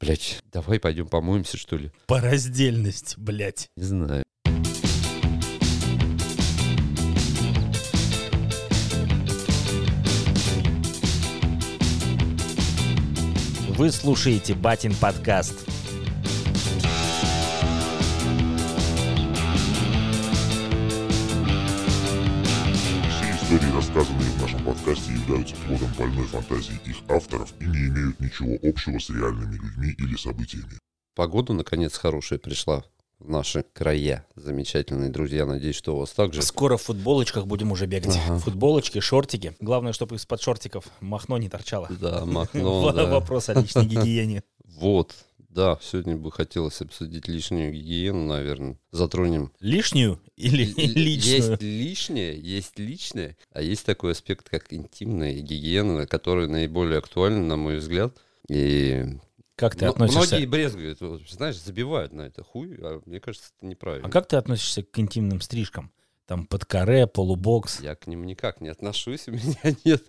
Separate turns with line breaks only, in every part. Блять, давай пойдем помоемся, что ли?
По раздельности, блядь.
Не знаю.
Вы слушаете Батин подкаст.
Все истории, рассказанные в нашем подкасте, являются плодом больной фантазии их авторов и не имеют ничего общего с реальными людьми или событиями.
Погода, наконец, хорошая пришла в наши края. Замечательные друзья. Надеюсь, что у вас также.
Скоро в футболочках будем уже бегать.
Ага.
Футболочки, шортики. Главное, чтобы из-под шортиков махно не торчало.
Да, махно,
В-
Ну да.
Вопрос о личной гигиене.
Вот, да, сегодня бы хотелось обсудить лишнюю гигиену, наверное. Затронем.
Лишнюю или
Л-
личную?
Есть лишнее, есть личное, а есть такой аспект, как интимная гигиена, которая наиболее актуальна, на мой взгляд. И
Как ты
мно-
относишься?
многие брезгуют, вот, знаешь, забивают на это хуй, а мне кажется, это неправильно.
А как ты относишься к интимным стрижкам? Там под каре, полубокс.
Я к ним никак не отношусь, у меня нет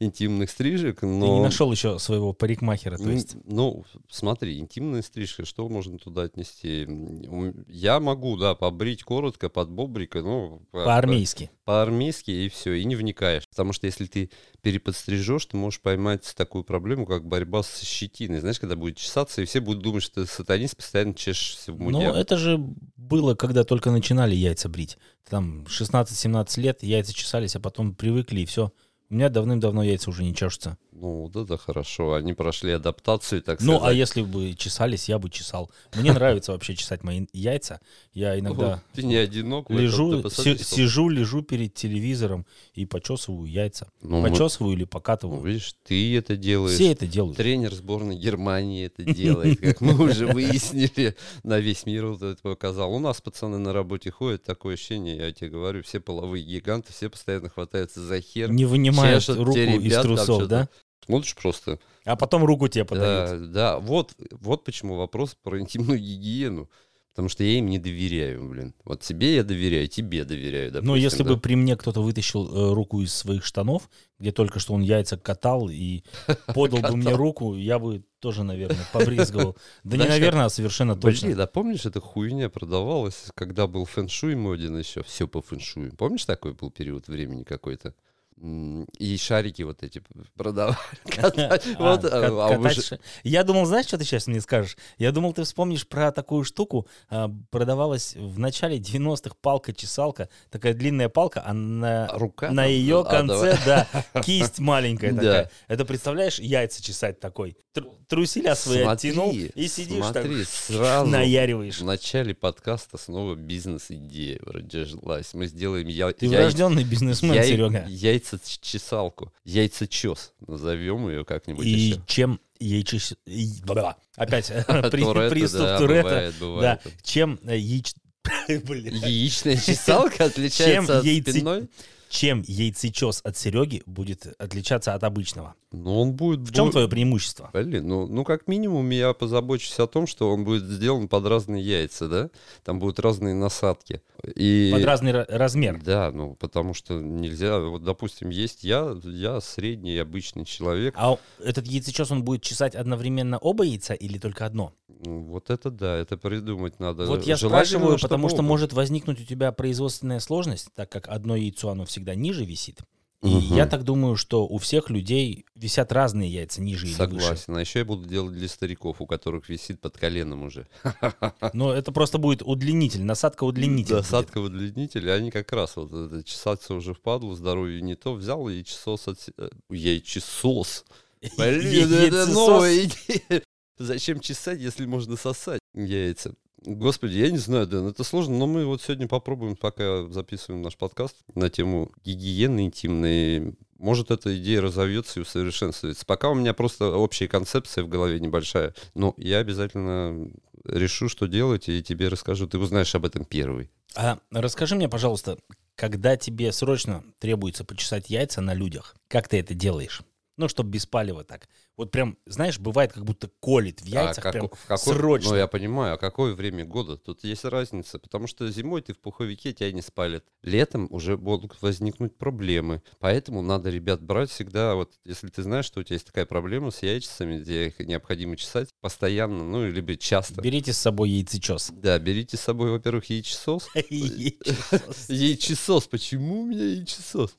интимных стрижек, но...
Ты не нашел еще своего парикмахера, то
Н-
есть.
Ну, смотри, интимная стрижка, что можно туда отнести? М, Я могу, да, побрить коротко под бобрика, ну... по-
По-армейски.
по- По-армейски, и все, и не вникаешь. Потому что если ты переподстрижешь, ты можешь поймать такую проблему, как борьба с щетиной. Знаешь, когда будет чесаться, и все будут думать, что ты сатанист, постоянно чешешься в
Ну,
муде.
это же было, когда только начинали яйца брить. Там 16-17 лет, яйца чесались, а потом привыкли, и все. У меня давным-давно яйца уже не чешутся.
Ну, да, да, хорошо. Они прошли адаптацию, так
Ну, а
сказать.
если бы чесались, я бы чесал. Мне нравится вообще чесать мои яйца. Я иногда
Ты не одинок. в этом, ты
лежу,
посмотри,
си-
сколько-
сижу, лежу перед телевизором и почесываю яйца.
Ну, мы-
Почесываю или
ну,
покатываю.
видишь, ты это делаешь.
Все это делают.
Тренер сборной Германии это делает, как мы уже выяснили, на весь мир вот это показал. У нас пацаны на работе ходят, такое ощущение, я тебе говорю, все половые гиганты, все постоянно хватаются за хер.
Не вынимают
чешут,
руку
те
из
ребят там
трусов,
чё-то
да?
Смотришь просто.
А потом руку тебе подают.
Да, да, вот, вот почему вопрос про интимную гигиену. Потому что я им не доверяю, блин. Вот тебе я доверяю, тебе доверяю, допустим.
Ну, если
да.
бы при мне кто-то вытащил э, руку из своих штанов, где только что он яйца катал и подал бы мне руку, я бы тоже, наверное, побрезговал. Да не
Знаешь, как-
наверное, а совершенно
Блин,
точно.
да помнишь, эта хуйня продавалась, когда был фэншуй моден еще, все по фэншую. Помнишь, такой был период времени какой-то? М, И шарики вот эти продавали. катать.
А,
Вот,
кат-
а, а мы
катать
же-
ш- Я думал, знаешь, что ты сейчас мне скажешь? Я думал, ты вспомнишь про такую штуку. а, Продавалась в начале 90-х палка-чесалка. Такая длинная палка, а на,
а Рука.
на
там,
ее
а,
конце,
давай.
да, кисть маленькая
Да.
такая. Это, представляешь, яйца чесать такой. Тру- Труселя свои
Смотри,
оттянул и сидишь так,
смотри, сразу
наяриваешь.
В начале подкаста снова бизнес-идея родилась. Мы сделаем я...
Ты
яй-
врожденный бизнесмен,
яй-
Серега.
Яйца-чесалку. Яйца-чес. Назовем ее как-нибудь
И
еще.
чем яичес... и- бла-бла. Опять э, при-
Туретта,
приступ
да,
Туретта.
бывает,
Да,
бывает.
чем э, яич... Блин.
Яичная чесалка отличается от
яйци-
спинной?
Чем яйцечес от Сереги будет отличаться от обычного?
Ну, он будет...
В чем
бо-
твое преимущество?
Блин, ну, ну как минимум я позабочусь о том, что он будет сделан под разные яйца, да? Там будут разные насадки. И...
Под разный ра- размер.
Да, ну потому что нельзя, вот допустим, есть я, я средний обычный человек,
А этот яйцечес, он будет чесать одновременно оба яйца или только одно?
Ну, вот это да, это придумать надо.
Вот я
Э, Желательно,
спрашиваю,
чтобы
потому что
оба.
может возникнуть у тебя производственная сложность, так как одно яйцо, оно всегда ниже висит. И
Мгм.
я так думаю, что у всех людей висят разные яйца ниже или выше.
Согласен, а еще я буду делать для стариков, у которых висит под коленом уже.
Но это просто будет удлинитель, насадка удлинитель. будет.
Досадка удлинитель, они как раз вот это, чесаться уже впадло, здоровье не то, взял и чесос от... се- э, Яйчесос. Блин, это
Яйцесос.
новая идея. Зачем чесать, если можно сосать яйца? Господи, я не знаю, Дэн, это сложно, но мы вот сегодня попробуем, пока записываем наш подкаст на тему гигиены интимной. Может, эта идея разовьется и усовершенствуется. Пока у меня просто общая концепция в голове небольшая, но я обязательно решу, что делать, и тебе расскажу. Ты узнаешь об этом первый.
А расскажи мне, пожалуйста, когда тебе срочно требуется почесать яйца на людях, как ты это делаешь? Ну, чтобы без палева так. Вот прям, знаешь, бывает, как будто колет в яйцах.
А как-
прям
в какое-
срочно.
Ну, я понимаю, а какое время года? Тут есть разница, потому что зимой ты в пуховике, тебя не спалят. Летом уже будут возникнуть проблемы. Поэтому надо, ребят, брать всегда, вот если ты знаешь, что у тебя есть такая проблема с яйцами, где их необходимо чесать постоянно, ну, либо часто.
берите с собой яйцечес.
Да, берите с собой, во-первых, яйчесос.
Яйцесос.
Яйчесос, почему у меня яйчесос?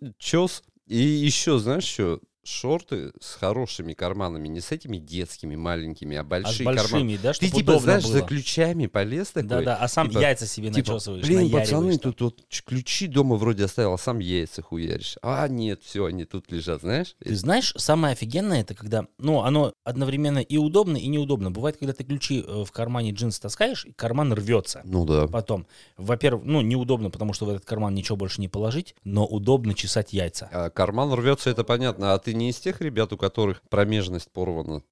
Яйчесос. И еще, знаешь, что? Шорты с хорошими карманами, не с этими детскими маленькими, а
А с
большие карманы.
большими, да,
Ты
чтобы
типа,
удобно
знаешь, за
было.
ключами полез такой.
Да-да, а сам
типа-
яйца себе
Типа,
начесываешь,
блин,
наяриваешь
пацаны,
там.
тут вот ч- ключи дома вроде оставил, а сам яйца хуяришь. А, нет, все, они тут лежат, знаешь?
Ты знаешь, самое офигенное, это когда, ну, оно одновременно и удобно, и неудобно. Бывает, когда ты ключи э, в кармане джинс таскаешь, и карман рвется.
Ну да.
Потом, во-первых, ну, неудобно, потому что в этот карман ничего больше не положить, но удобно чесать яйца.
А карман рвется, это понятно. А ты не из тех ребят, у которых промежность порвана?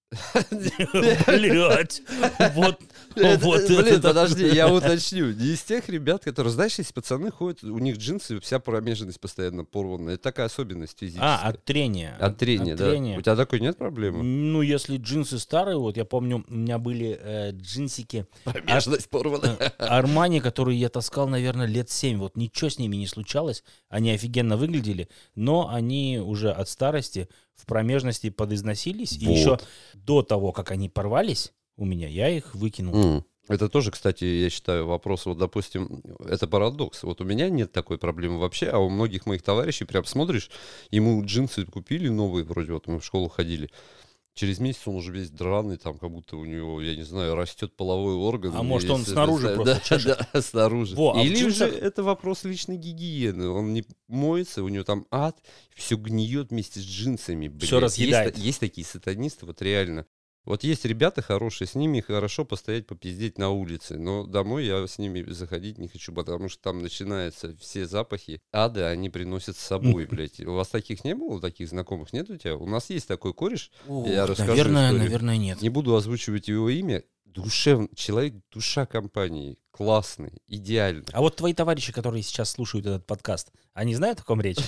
Блять, вот, вот
Блин,
это-
подожди, я уточню. Не из тех ребят, которые, знаешь, если пацаны ходят, у них джинсы, вся промежность постоянно порвана. Это такая особенность физическая.
А, от трения.
От трения, да. У тебя типа, такой нет проблемы?
Ну, если джинсы старые, вот я помню, у меня были э, джинсики
Промежность порвана.
э, Армани, которые я таскал, наверное, лет 7. Вот ничего с ними не случалось. Они офигенно выглядели, но они уже от старости в промежности подизносились. И
Вот.
еще до того, как они порвались у меня, я их выкинул.
М. Это тоже, кстати, я считаю, вопрос, вот, допустим, это парадокс. Вот у меня нет такой проблемы вообще, а у многих моих товарищей прям смотришь, ему джинсы купили новые вроде, вот мы в школу ходили, через месяц он уже весь драный, там как будто у него, я не знаю, растет половой орган.
А может, он
Если-
снаружи
да,
просто
да,
чешет?
да, снаружи.
Во, а в
Или
джинсах-
же это вопрос личной гигиены. Он не моется, у него там ад, все гниет вместе с джинсами. блядь.
Всё разъедает.
Есть, та- есть такие сатанисты, вот реально. Вот есть ребята хорошие, с ними хорошо постоять, попиздеть на улице, но домой я с ними заходить не хочу, потому что там начинаются все запахи ада, они приносят с собой, блядь. У вас таких не было, таких знакомых нет у тебя? У нас есть такой кореш, Я
Ух,
расскажу
наверное,
историю.
наверное, нет.
не буду озвучивать его имя. Душевный человек, душа компании, классный, идеальный.
А вот твои товарищи, которые сейчас слушают этот подкаст, они знают, о ком речь?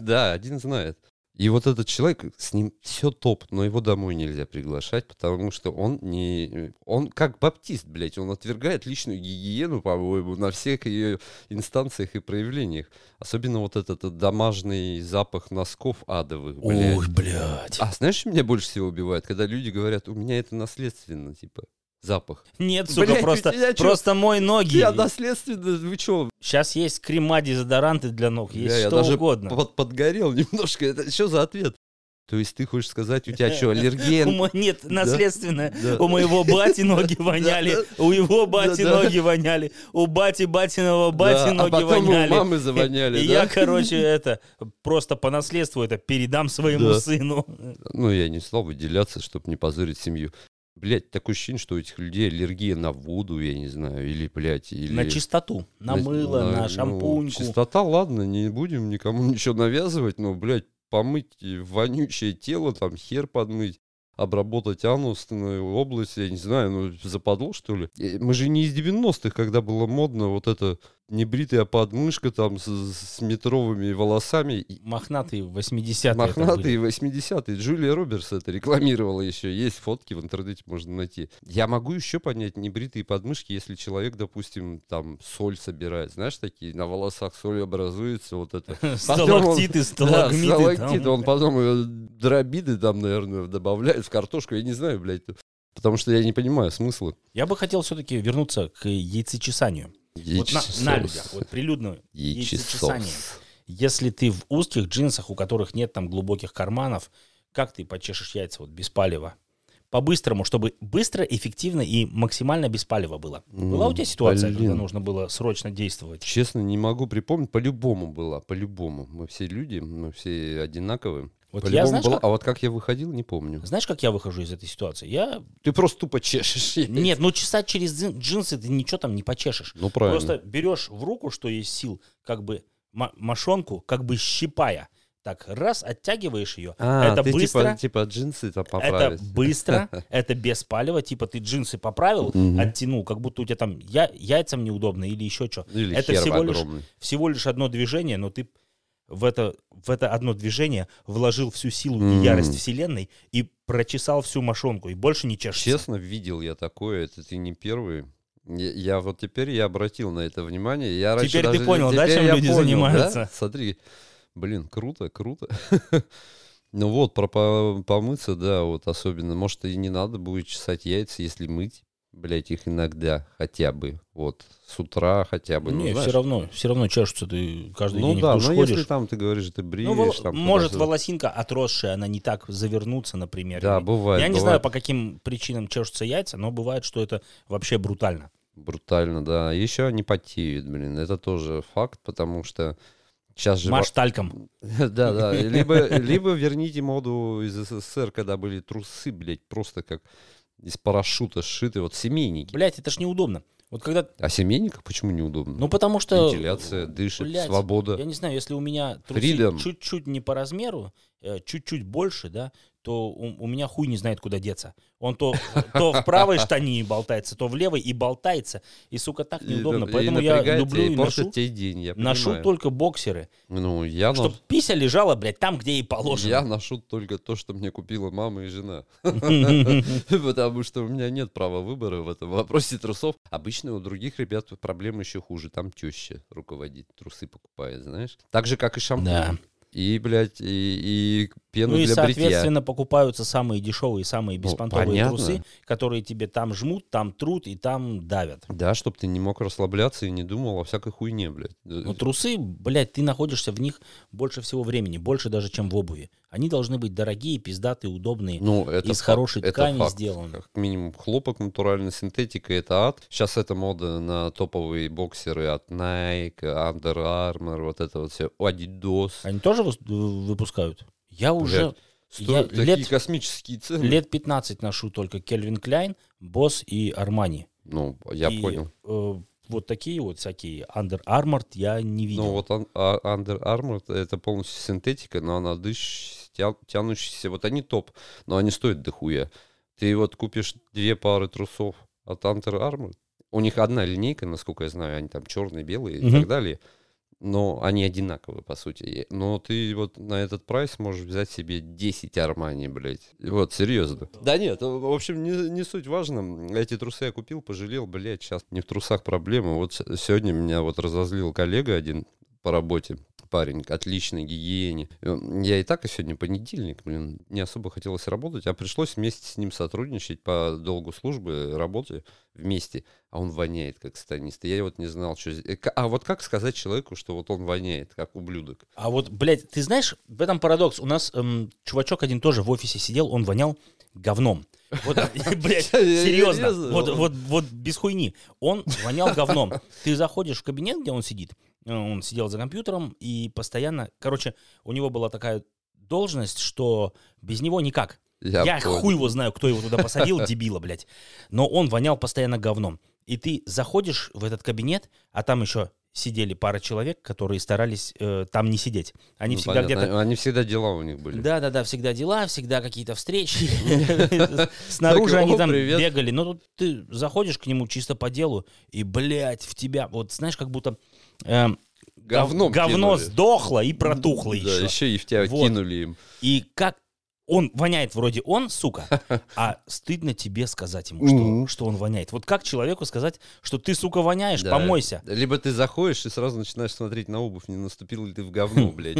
Да, один знает. И вот этот человек, с ним все топ, но его домой нельзя приглашать, потому что он не... Он как баптист, блядь, он отвергает личную гигиену, по-моему, на всех ее инстанциях и проявлениях. Особенно вот этот э, домашний запах носков адовых, блядь.
Ой, блядь.
А знаешь, что меня больше всего убивает, когда люди говорят, у меня это наследственно, типа, запах.
Нет, сука,
Блядь,
просто,
у тебя чё?
просто мой ноги.
Я наследственно, вы что,
Сейчас есть крема, дезодоранты для ног, есть
Бля, я
что
даже
угодно.
под- подгорел немножко. Это что за ответ? То есть ты хочешь сказать, у тебя что, аллергия?
У мо- Нет,
Да.
наследственно.
Да.
У моего бати ноги воняли, у его бати
Да-да.
ноги воняли, у бати батиного бати
Да, а
ноги
потом у
воняли.
мамы завоняли,
И
да?
я, короче, это просто по наследству это передам своему
Да.
сыну.
Ну, я не стал выделяться, чтобы не позорить семью. Блять, такое ощущение, что у этих людей аллергия на воду, я не знаю, или, блядь, или...
На чистоту, на мыло,
на-
на
ну,
шампуньку.
чистота, ладно, не будем никому ничего навязывать, но, блядь, помыть и вонючее тело, там, хер подмыть, обработать анусную область, я не знаю, ну, западло, что ли? Э, Мы же не из 90-х, когда было модно вот это небритая подмышка там с, с метровыми волосами. и
Мохнатые 80-е. это были.
Мохнатые 80-е. Джулия Робертс это рекламировала еще. Есть фотки в интернете, можно найти. Я могу еще понять небритые подмышки, если человек, допустим, там соль собирает. Знаешь, такие на волосах соль образуется, вот это.
Сталактиты,
Да,
сталагмиты.
сталактит,
там.
он потом её дробиды там, наверное, добавляет в картошку. Я не знаю, блядь, потому что я не понимаю смысла.
Я бы хотел все-таки вернуться к яйцечесанию. Вот на,
Яичесос.
на людях, вот прилюдно яйцечесание.
Яичесос.
Если ты в узких джинсах, у которых нет там глубоких карманов, как ты почешешь яйца вот без палева? По-быстрому, чтобы быстро, эффективно и максимально без палева было. Была у тебя
М,
ситуация, когда
Ну, блин.
нужно было срочно действовать?
Честно, не могу припомнить. По-любому была, по-любому. Мы все люди, мы все одинаковые.
Вот я,
По-любому
знаешь,
была.
как,
А вот как я выходил, не помню.
знаешь, как я выхожу из этой ситуации? Я...
Ты просто тупо чешешь. яйца.
Нет, ну чесать через джин- джинсы ты ничего там не почешешь.
Ну правильно.
Просто берешь в руку, что есть сил, как бы ма- мошонку, как бы щипая. Так, раз, оттягиваешь ее.
А,
это
ты типа-
быстро.
Типа, джинсы там
Это
поправить.
быстро, это без палева, типа ты джинсы поправил,
Мгм.
оттянул, как будто у тебя там я, яйцам неудобно или еще что.
Ну, Или
это
хер
всего лишь-
огромный.
Всего лишь одно движение, но ты в это, в это одно движение вложил всю силу и
М.
ярость вселенной и прочесал всю мошонку, и больше не чешется.
Честно, видел я такое, это ты не первый. Я, я вот теперь я обратил на это внимание. Я раньше
Теперь ты
даже не-
понял, да,
теперь
чем
я
люди
понял, да?
занимаются?
Смотри, блин, круто, круто. Ну вот, про по- помыться, да, вот особенно. Может, и не надо будет чесать яйца, если мыть, блядь, их иногда хотя бы. Вот, с утра хотя бы. ну,
Не,
знаешь.
все равно, все равно чешутся, ты каждый
Ну
день
да,
в душ
но
ходишь.
если там ты говоришь, ты бреешь,
Ну, вол-
там
может,
туда-сюда.
волосинка отросшая, она не так завернуться, например.
Да,
или-
бывает,
Я не
бывает.
знаю, по каким причинам чешутся яйца, но бывает, что это вообще брутально.
Брутально, да. Еще они потеют, блин. Это тоже факт, потому что сейчас же...
Маш тальком.
Да, да. Либо, либо верните моду из СССР, когда были трусы, блядь, просто как из парашюта сшиты, вот семейники.
Блять, это ж неудобно. Вот когда...
А семейниках почему неудобно?
Ну, потому что...
Вентиляция, дышит,
блядь,
свобода.
Я не знаю, если у меня трусы
Freedom.
чуть-чуть не по размеру, э, чуть-чуть больше, да, то у, у меня хуй не знает, куда деться. Он то, то в правой штанине болтается, то в левой и болтается. И, сука, так
И
неудобно.
на- и
Поэтому я
напрягает
люблю
тебя,
и
и портит
ношу,
тебе день, я
ношу
понимаю.
только боксеры.
Ну, я,
Чтоб
нос-
пися лежала, блядь, там, где и положено.
я ношу только то, что мне купила мама и жена. ну, Потому что у меня нет права выбора в этом вопросе трусов. Обычно у других ребят проблемы еще хуже. Там теща руководит, трусы покупает, знаешь. Так же, как и шампунь.
Да.
И, блядь, и, и пену
Ну и,
для бритья.
соответственно, покупаются самые дешевые, самые
Ну,
беспонтовые
понятно.
трусы, которые тебе там жмут, там трут и там давят.
Да, чтобы ты не мог расслабляться и не думал о всякой хуйне, блядь. Э,
Но трусы, блядь, ты находишься в них больше всего времени, больше даже, чем в обуви. Они должны быть дорогие, пиздатые, удобные.
Ну, это
из
факт,
хорошей
это
ткани
факт.
сделаны.
Как минимум хлопок натуральный, синтетика, это ад. Сейчас это мода на топовые боксеры от Nike, Under Armour, вот это вот все, Adidas.
Они тоже выс- в- выпускают? Я уже
Стоят такие
я лет-
космические цены.
лет 15 ношу только Кельвин Кляйн, Босс и Армани.
Ну, я
И,
понял.
э, вот такие вот всякие Under Armour я не видел.
Ну, вот ан- а- Under Armour — это полностью синтетика, но она дышит, тянущаяся. Вот они топ, но они стоят дохуя. Ты вот купишь две пары трусов от Under Armour. У них одна линейка, насколько я знаю, они там черные, белые и
Мгм.
так далее. Но они одинаковые, по сути. И- Но ты вот на этот прайс можешь взять себе 10 Армани, блядь. И Вот, серьезно. Да нет, э, в общем, не, не суть важно. Эти трусы я купил, пожалел, блядь, сейчас не в трусах проблема. Вот с- сегодня меня вот разозлил коллега один по работе, парень, к отличной гигиене. И он- Я и так, и сегодня понедельник, блин, не особо хотелось работать, а пришлось вместе с ним сотрудничать по долгу службы, работе вместе а он воняет как станист. И я вот не знал, что... здесь- э, к- А вот как сказать человеку, что вот он воняет, как ублюдок?
А вот, блядь, ты знаешь, в этом парадокс. У нас эм, чувачок один тоже в офисе сидел, он вонял говном. Вот, блядь, серьезно,
Серьезно?
вот, вот, вот без хуйни. Он вонял говном. Ты заходишь в кабинет, где он сидит, э, он сидел за компьютером и постоянно, короче, у него была такая должность, что без него никак. Я
понял.
хуй его знаю, кто его туда посадил, дебила, блядь. Но он вонял постоянно говном. И ты заходишь в этот кабинет, а там еще сидели пара человек, которые старались э, там не сидеть. Они
Ну,
всегда
понятно,
где-то...
Они всегда дела у них были.
Да-да-да, всегда дела, всегда какие-то встречи. Снаружи
Так,
они
о,
там
привет.
бегали. Но тут ты заходишь к нему чисто по делу, и, блядь, в тебя... Вот знаешь, как будто... эм, гов-
Говном
Говно
кинули.
сдохло и протухло
Да,
еще.
еще и в тебя
Вот.
кинули им.
И как он воняет вроде он, сука, а стыдно тебе сказать ему, что,
Мгм.
что он воняет. Вот как человеку сказать, что ты, сука, воняешь,
Да.
помойся.
Либо ты заходишь и сразу начинаешь смотреть на обувь, не наступил ли ты в говно, блядь.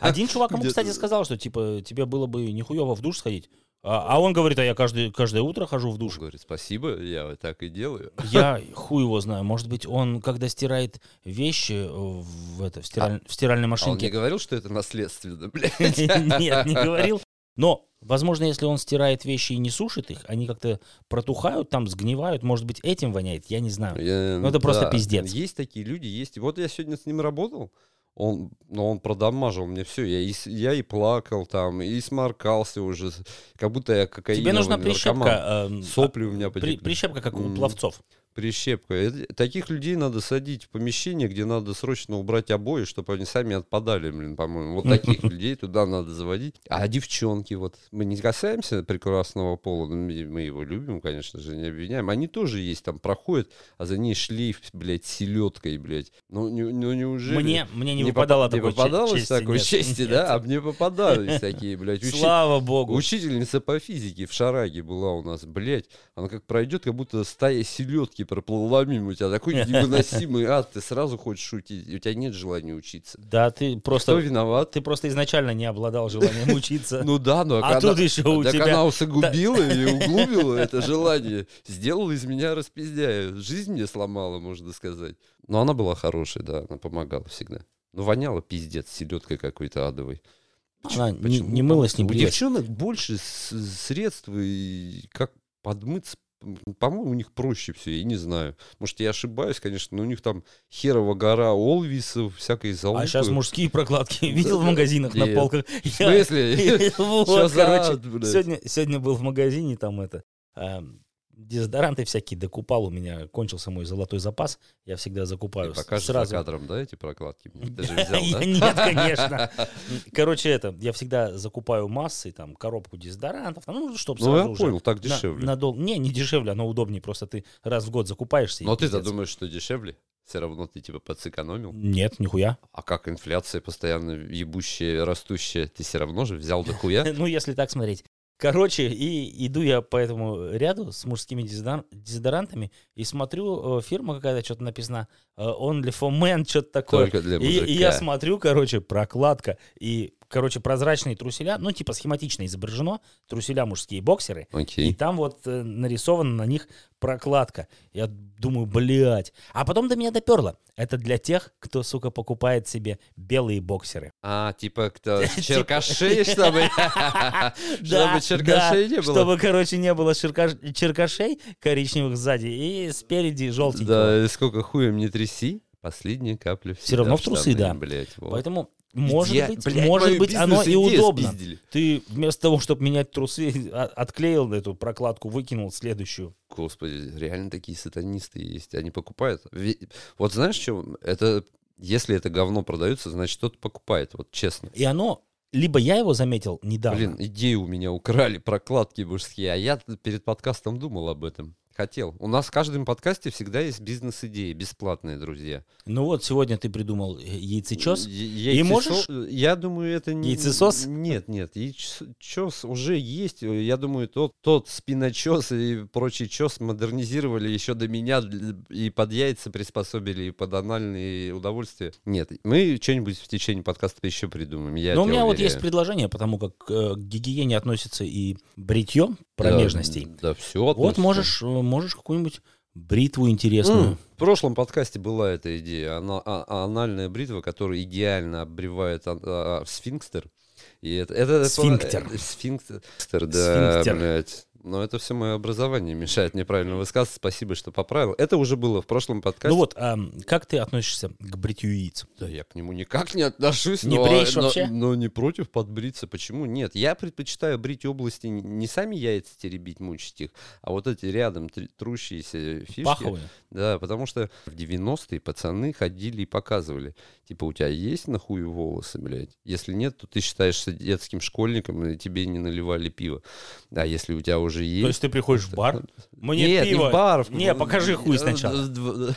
Один чувак ему,
Где-то-
кстати, сказал, что типа тебе было бы нихуево в душ сходить. А, а он говорит, а я каждый, каждое утро хожу в душ.
Говорит, спасибо, я вот так и делаю.
Я хуй его знаю. Может быть, он, когда стирает вещи э, в, это, в, стираль- в стиральной
А он не
машинке...
говорил, что это наследственно, блядь?
Нет, не говорил. Но, возможно, если он стирает вещи и не сушит их, они как-то протухают, там сгнивают. Может быть, этим воняет, я не знаю.
Ну,
А, это просто пиздец.
Есть такие люди, есть. Вот я сегодня с ним работал, он, но он продамажил мне все. Я и, с- я и плакал там, и сморкался уже, с- как будто я какая
Тебе нужна прищепка. эм, а,
Сопли у меня
при-
потекли.
прищепка, как у
М.
пловцов.
прищепка. Это- Таких людей надо садить в помещение, где надо срочно убрать обои, чтобы они сами отпадали, блин, по-моему. Вот таких людей туда надо заводить. А девчонки, вот, мы не касаемся прекрасного пола, но мы мы его любим, конечно же, не обвиняем. Они тоже есть, там проходят, а за ней шлейф, блядь, селедкой, блядь. Ну, не- ну неужели...
Мне, мне не,
Не
выпадало
поп- не
такой че-
попадалось
чести.
такой
нет.
чести,
Нет.
да? А мне попадались такие, блядь, учи-
Слава богу.
Учительница по физике в Шараге была у нас, блядь. Она как пройдет, как будто стая селедки проплыла мимо у тебя. Такой невыносимый ад. Ты сразу хочешь шутить. и У тебя нет желания учиться.
Да, ты
Кто
просто,
виноват?
ты просто изначально не обладал желанием учиться.
Ну да, но
А тут еще у
так
тебя...
она усугубила и углубила это желание. Сделала из меня распиздяя. Жизнь мне сломала, можно сказать. Но она была хорошая, да, она помогала всегда. Но воняла пиздец селедкой какой-то адовой.
Она
Почему-
не- не мылась, не
У
блеялась.
девчонок больше с- средств и как подмыться. По-моему, у них проще все, я не знаю. Может, я ошибаюсь, конечно, но у них там херова гора олвисов, всякой залупы.
А сейчас мужские прокладки видел в магазинах на
Нет.
полках?
В смысле?
Вот,
Сейчас
короче,
ад, блядь.
сегодня, сегодня был в магазине, там это, эм, дезодоранты всякие докупал, у меня кончился мой золотой запас, я всегда закупаю
Ты
с-
покажешь за
сразу.
кадром, да, эти прокладки? Ты же взял,
Я-
да?
Нет, конечно. Короче, это, я всегда закупаю массы, там, коробку дезодорантов, там, ну, чтобы
Ну, я
сразу уже.
понял, так
на-
дешевле.
надол- Не, не дешевле, оно удобнее, просто ты раз в год закупаешься. и
Но ты-то
пиздец.
думаешь, что дешевле? Все равно ты типа подсэкономил.
Нет, нихуя.
А как инфляция постоянно ебущая, растущая, ты все равно же взял дохуя?
Ну, если так смотреть. Короче, и иду я по этому ряду с мужскими дезодор- дезодорантами и смотрю, э, фирма какая-то что-то написана, э, Only for Men, что-то такое.
Только для
И,
мужика.
и я смотрю, короче, прокладка и, короче, прозрачные труселя, ну, типа схематично изображено, труселя мужские боксеры, и
Окей.
там вот э, нарисована на них прокладка. Я думаю, блядь. А потом до меня доперло. Это для тех, кто, сука, покупает себе белые боксеры.
А, типа, кто,
Типа-
черкашей, чтобы...
Да,
Чтобы черкашей
да,
не было.
Чтобы, короче, не было черкаш- черкашей коричневых сзади и спереди желтенького.
Да, и сколько хуем не тряси, последняя капля всегда
типа. равно в
штаны,
трусы, да.
Блядь, вот.
Поэтому, может
Иде-
быть,
блядь,
может
мою
быть, оно и
бизнес-идею
удобно.
спиздили.
Ты вместо того, чтобы менять трусы, а- отклеил эту прокладку, выкинул следующую.
Господи, реально такие сатанисты есть. Они покупают. Ви- Вот знаешь, что? Это если это говно продается, значит, кто-то покупает, вот честно.
И оно... Либо я его заметил недавно.
Блин, идею у меня украли, прокладки мужские, а я т- перед подкастом думал об этом. Хотел. У нас в каждом подкасте всегда есть бизнес-идеи, бесплатные, друзья.
Ну вот, сегодня ты придумал э, яйцечес.
Е-
И
яйцесо-
можешь-
Я думаю, это не...
Яйцесос?
Нет, нет, яйцесос уже есть. э, Я думаю, тот, тот спиночес и прочий чес модернизировали еще до меня для- и под яйца приспособили, и под анальные удовольствия. Нет, мы что-нибудь в течение подкаста еще придумаем. Я
Но у
тебя
меня вот
уверяю.
есть предложение, потому как э, к гигиене относится и бритье
Да,
промежностей.
Да, все.
Вот можешь, э, можешь какую-нибудь бритву интересную. Ну
М, В прошлом подкасте была эта идея. Ана- а- анальная бритва, которая идеально обревает ан- а, а, сфинкстер. И это, это-
Сфинктер.
э, Сфинктер, да,
Сфинктер.
блядь. Но это все мое образование мешает мне правильно высказываться. Спасибо, что поправил. Это уже было в прошлом подкасте.
Ну вот, а, как ты относишься к бритью яиц?
Да я к нему никак не отношусь.
Не
но,
бреешь
но-
вообще?
Но не против подбриться. Почему нет? Я предпочитаю брить области не- не сами яйца теребить, мучить их, а вот эти рядом тр- трущиеся фишки.
Паховые?
Да, потому что в 90-е пацаны ходили и показывали. Типа, у тебя есть на хуй волосы, блядь? Если нет, то ты считаешься детским школьником, и тебе не наливали пиво. А если у тебя уже есть...
То есть ты приходишь в бар? Мне
Нет,
пиво.
не ну, в бар.
Не, покажи хуй сначала.
э,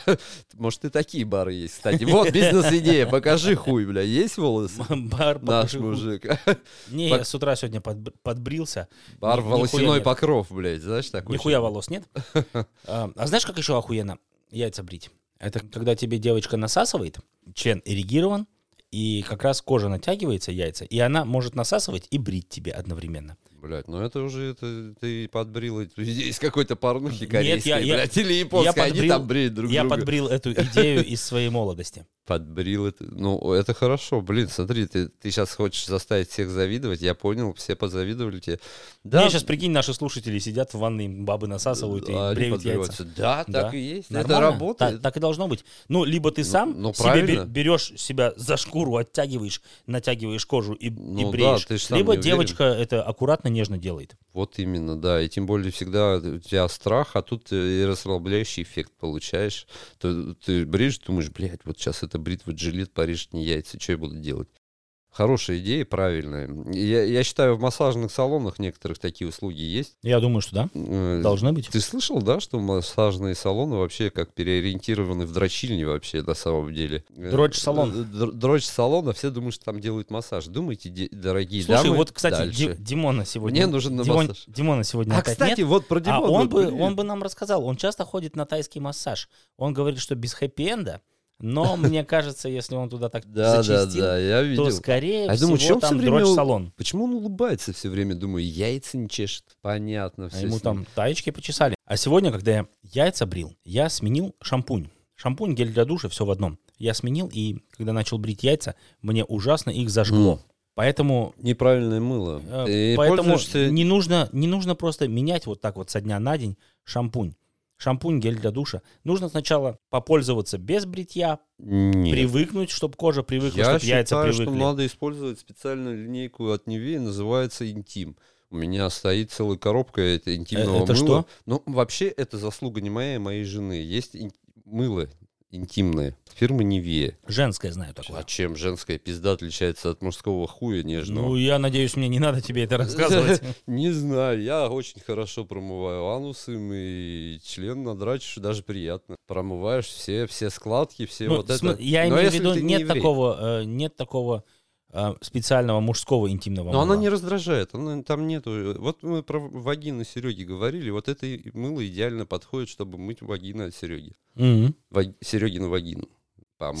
Может, и такие бары есть, кстати. Вот бизнес-идея. Покажи хуй, бля. Есть волосы?
Бар,
э, Наш
покажи хуй.
мужик.
Не,
Пок-
я с утра сегодня подб- подбрился.
Бар
Ни- нихуя
волосяной
нет.
покров, блядь. Знаешь, такой.
Нихуя волос нет. А а знаешь, как еще охуенно яйца брить? Это когда тебе девочка насасывает, член эрегирован, и как раз кожа натягивается, яйца, и она может насасывать и брить тебе одновременно.
Блядь, ну это уже это, ты подбрил эту идею из какой-то порнухи корейской,
я- я-
блядь, или японской, они
подбрил-
там бреют друг
я
друга.
подбрил эту идею из своей молодости.
Подбрил это. Ну, это хорошо. Блин, смотри, ты, ты сейчас хочешь заставить всех завидовать. Я понял, все позавидовали тебе. Да,
сейчас, прикинь, наши слушатели сидят в ванной, им бабы насасывают и
а, они
бреют яйца.
подбиваются. Да, так
Да.
и есть. Это
Нормально?
работает.
Так, так и должно быть. Ну, либо ты сам
ну,
себе бе-
правильно.
берешь себя за шкуру, оттягиваешь, натягиваешь кожу и, и
Ну да,
бреешь.
ты ж сам
либо
не уверен.
девочка это аккуратно, нежно делает.
Вот именно, да. И тем более всегда у тебя страх, а тут э, и расслабляющий эффект получаешь. Ты, ты бреешь, думаешь, блядь, вот сейчас эта бритва джилет порежет мне яйца, что я буду делать? Хорошая идея, правильная. Я, я считаю, в массажных салонах некоторых такие услуги есть.
Я думаю, что да.
Э,
Должны быть.
Ты слышал, да, что массажные салоны вообще как переориентированы в дрочильни вообще на самом деле? Э,
Дрочь-салон.
э, др- Дрочь-салон, а все думают, что там делают массаж. Думайте, де- дорогие
Слушай,
дамы,
вот, кстати,
дальше.
Ди- Димона сегодня...
Мне нужен на
Димон-
массаж.
Димона сегодня
А,
Ну, опять
кстати,
нет.
вот про Димона.
а он, бы,
привет.
он бы нам рассказал. Он часто ходит на тайский массаж. Он говорит, что без хэппи-энда. Но мне кажется, если он туда так
Да, да,
зачастил,
да, я
то
видел.
скорее
А я думаю,
всего
чем всё
там
время у-
дрочь-салон.
Почему он улыбается все время? Думаю, яйца не чешет. Понятно.
А
Все
ему там таечки почесали. А сегодня, когда я яйца брил, я сменил шампунь. Шампунь, гель для душа, все в одном. Я сменил, и когда начал брить яйца, мне ужасно их зажгло. Поэтому
Неправильное мыло.
Э,
Ты
Поэтому
пользуешься-
не, нужно, не нужно просто менять вот так вот со дня на день шампунь. Шампунь, гель для душа. Нужно сначала попользоваться без бритья,
Нет.
привыкнуть, чтобы кожа привыкла,
Я
чтобы
считаю,
яйца
что
привыкли.
надо использовать специальную линейку от Невея, называется «Интим». У меня стоит целая коробка это интимного
это
мыла.
что?
Ну, вообще, это заслуга не моя, а моей жены. Есть ин- мыло интимное фирмы Невея.
Женское знаю
А
такое.
чем женская пизда отличается от мужского хуя нежного?
Ну, я надеюсь, мне не надо тебе это рассказывать.
Не знаю, я очень хорошо промываю анус им, и член надрачишь, даже приятно. Промываешь все, все складки, все
Ну,
вот
см-
это.
Я
Но
имею в
если
виду,
ты не
нет
еврей.
такого, э, нет такого э, специального мужского интимного
Но она
мыла.
не раздражает, она, там нету... Вот мы про вагину Сереги говорили, вот это и- мыло идеально подходит, чтобы мыть вагину от Сереги.
Мгм.
Ваг... Серегину вагину. Помой.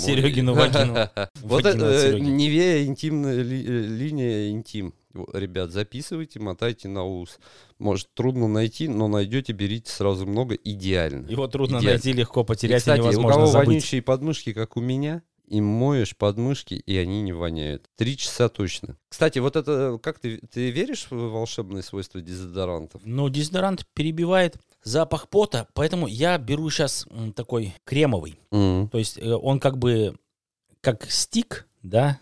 Серегину вагину.
Вот
Вагина от
это э,
Серёги.
Невея интимная ли- э, линия интим. Во, Ребят, записывайте, мотайте на ус. Может, трудно найти, но найдете, берите сразу много. Идеально.
Его трудно
Идеально.
найти, легко
И,
потерять, и
кстати, у
невозможно
кого
забыть.
вонючие подмышки, как у меня, и моешь подмышки, и они не воняют. Три часа точно. Кстати, вот это, как ты, ты веришь в волшебные свойства дезодорантов?
Ну, дезодорант перебивает запах пота, поэтому я беру сейчас такой кремовый. То есть э, он как бы как стик, да,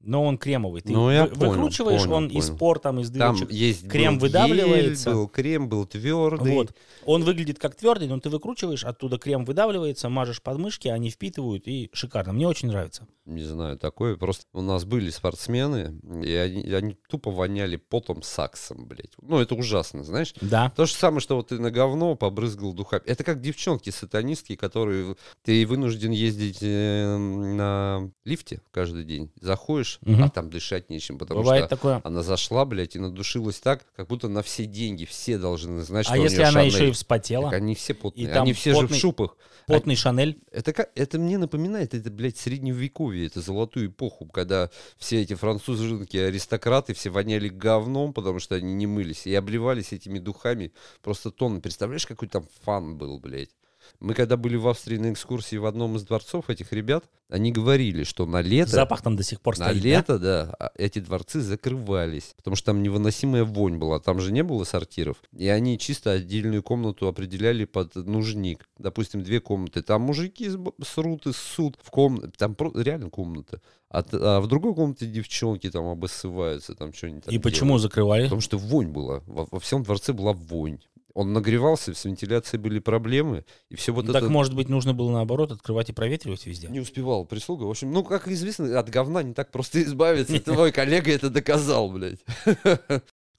но он кремовый. Ты
Ну, я
вы-
понял,
выкручиваешь,
понял,
он из
понял.
пор, там, из
Там
дырочек.
есть
крем
был
выдавливается.
гель, был крем был твердый.
Вот. Он выглядит как твердый, но ты выкручиваешь, оттуда крем выдавливается, мажешь подмышки, они впитывают, и шикарно. Мне очень нравится.
не знаю, такое. Просто у нас были спортсмены, и они, и они тупо воняли потом саксом, блядь. Ну, это ужасно, знаешь?
Да.
То же самое, что вот ты на говно побрызгал духами. Это как девчонки-сатанистки, которые ты вынужден ездить э, на лифте каждый день. Заходишь,
Мгм.
а там дышать нечем, потому
Бывает
что
такое.
она зашла, блядь, и надушилась так, как будто на все деньги все должны знать, что
а
у
если
нее
она
Шанель.
еще и вспотела,
Так они все потные,
там
они все же в
потный-
шупах.
потный Шанель,
Это, как, это мне напоминает, это, блядь, средневековье, это золотую эпоху, когда все эти француженки, аристократы, все воняли говном, потому что они не мылись, и обливались этими духами просто тонны. Представляешь, какой там фан был, блядь? Мы когда были в Австрии на экскурсии в одном из дворцов этих ребят, они говорили, что на лето...
запах там до сих пор
На
стоит. да?
лето, да, а эти дворцы закрывались, потому что там невыносимая вонь была, там же не было сортиров, и они чисто отдельную комнату определяли под нужник, допустим, две комнаты, там мужики сб- срут и ссут в комнате, там про- реально комната, а, т- а в другой комнате девчонки там обоссываются, там что-нибудь там
И
делают.
почему закрывали?
Потому что вонь была, во, во всем дворце была вонь. Он нагревался, с вентиляцией были проблемы, и все вот
Ну,
это...
так, может быть, нужно было наоборот открывать и проветривать везде.
Не успевал прислуга. В общем, ну, как известно, от говна не так просто избавиться. Твой коллега это доказал, блядь.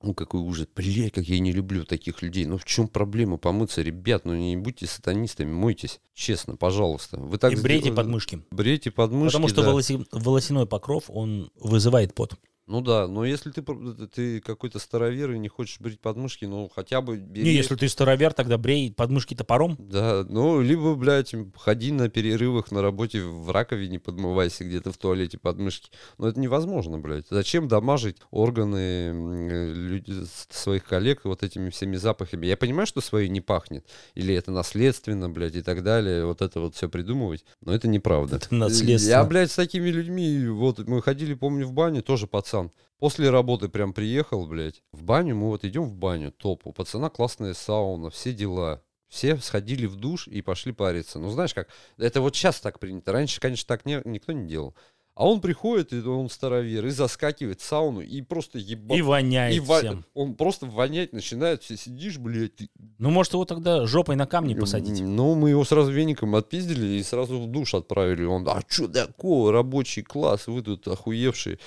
Ну, какой ужас. Блядь, как я не люблю таких людей. Ну, в чем проблема помыться, ребят? Ну, не будьте сатанистами, мойтесь. Честно, пожалуйста. Вы так
и брейте
сделали-
подмышки.
Брейте подмышки,
Потому что
да.
волоси- волосяной покров, он вызывает пот.
Ну да, но если ты, пр- ты какой-то старовер и не хочешь брить подмышки, ну хотя бы бери...
Не, если ты старовер, тогда брей подмышки топором.
Да, ну, либо, блядь, ходи на перерывах на работе в раковине, подмывайся где-то в туалете подмышки. Но это невозможно, блядь. Зачем дамажить органы м, э, люд- с- своих коллег вот этими всеми запахами? Я понимаю, что свои не пахнет, или это наследственно, блядь, и так далее, вот это вот все придумывать, но это неправда.
Это наследственно.
Я, блядь, с такими людьми, вот, мы ходили, помню, в баню, тоже пацан, После работы прям приехал, блядь, в баню, мы вот идем в баню, топ, у пацана классная сауна, все дела. Все сходили в душ и пошли париться. Ну, знаешь как, это вот сейчас так принято. Раньше, конечно, так не- никто не делал. А он приходит, и он старовер, и заскакивает в сауну, и просто еба...
И воняет
и ва-
всем.
Он просто вонять начинает, все сидишь, блядь. и-
Ну, может, его тогда жопой на камни посадить.
Ну, мы его сразу веником отпиздили и сразу в душ отправили. Он, а что такого, рабочий класс, вы тут охуевшие.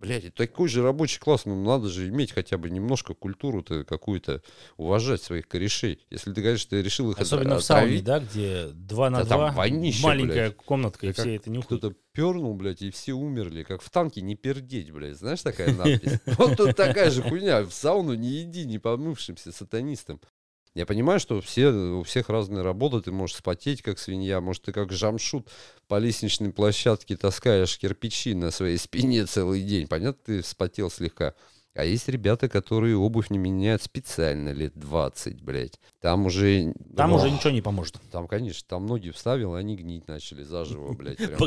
Блядь, такой же рабочий класс, ну надо же иметь хотя бы немножко культуру-то какую-то, уважать своих корешей. Если ты, конечно, ты решил их
Особенно
отра-
в сауне,
Э, отравить,
да, где 2 на
Да там
2,
вонище,
маленькая комнатка, и
Да
все это нюхают.
кто-то пернул, блядь, и все умерли, как в танке не пердеть, блядь, знаешь, такая надпись? Вот тут такая же хуйня, в сауну не иди не помывшимся сатанистом. Я понимаю, что все, у всех разные работы, ты можешь спотеть, как свинья, может, ты как жамшут по лестничной площадке таскаешь кирпичи на своей спине целый день, понятно, ты вспотел слегка. А есть ребята, которые обувь не меняют специально лет 20, блядь. Там уже...
Там
Ох.
уже ничего не поможет.
Там, конечно, там ноги вставил, и они гнить начали заживо, блядь. прям.
По,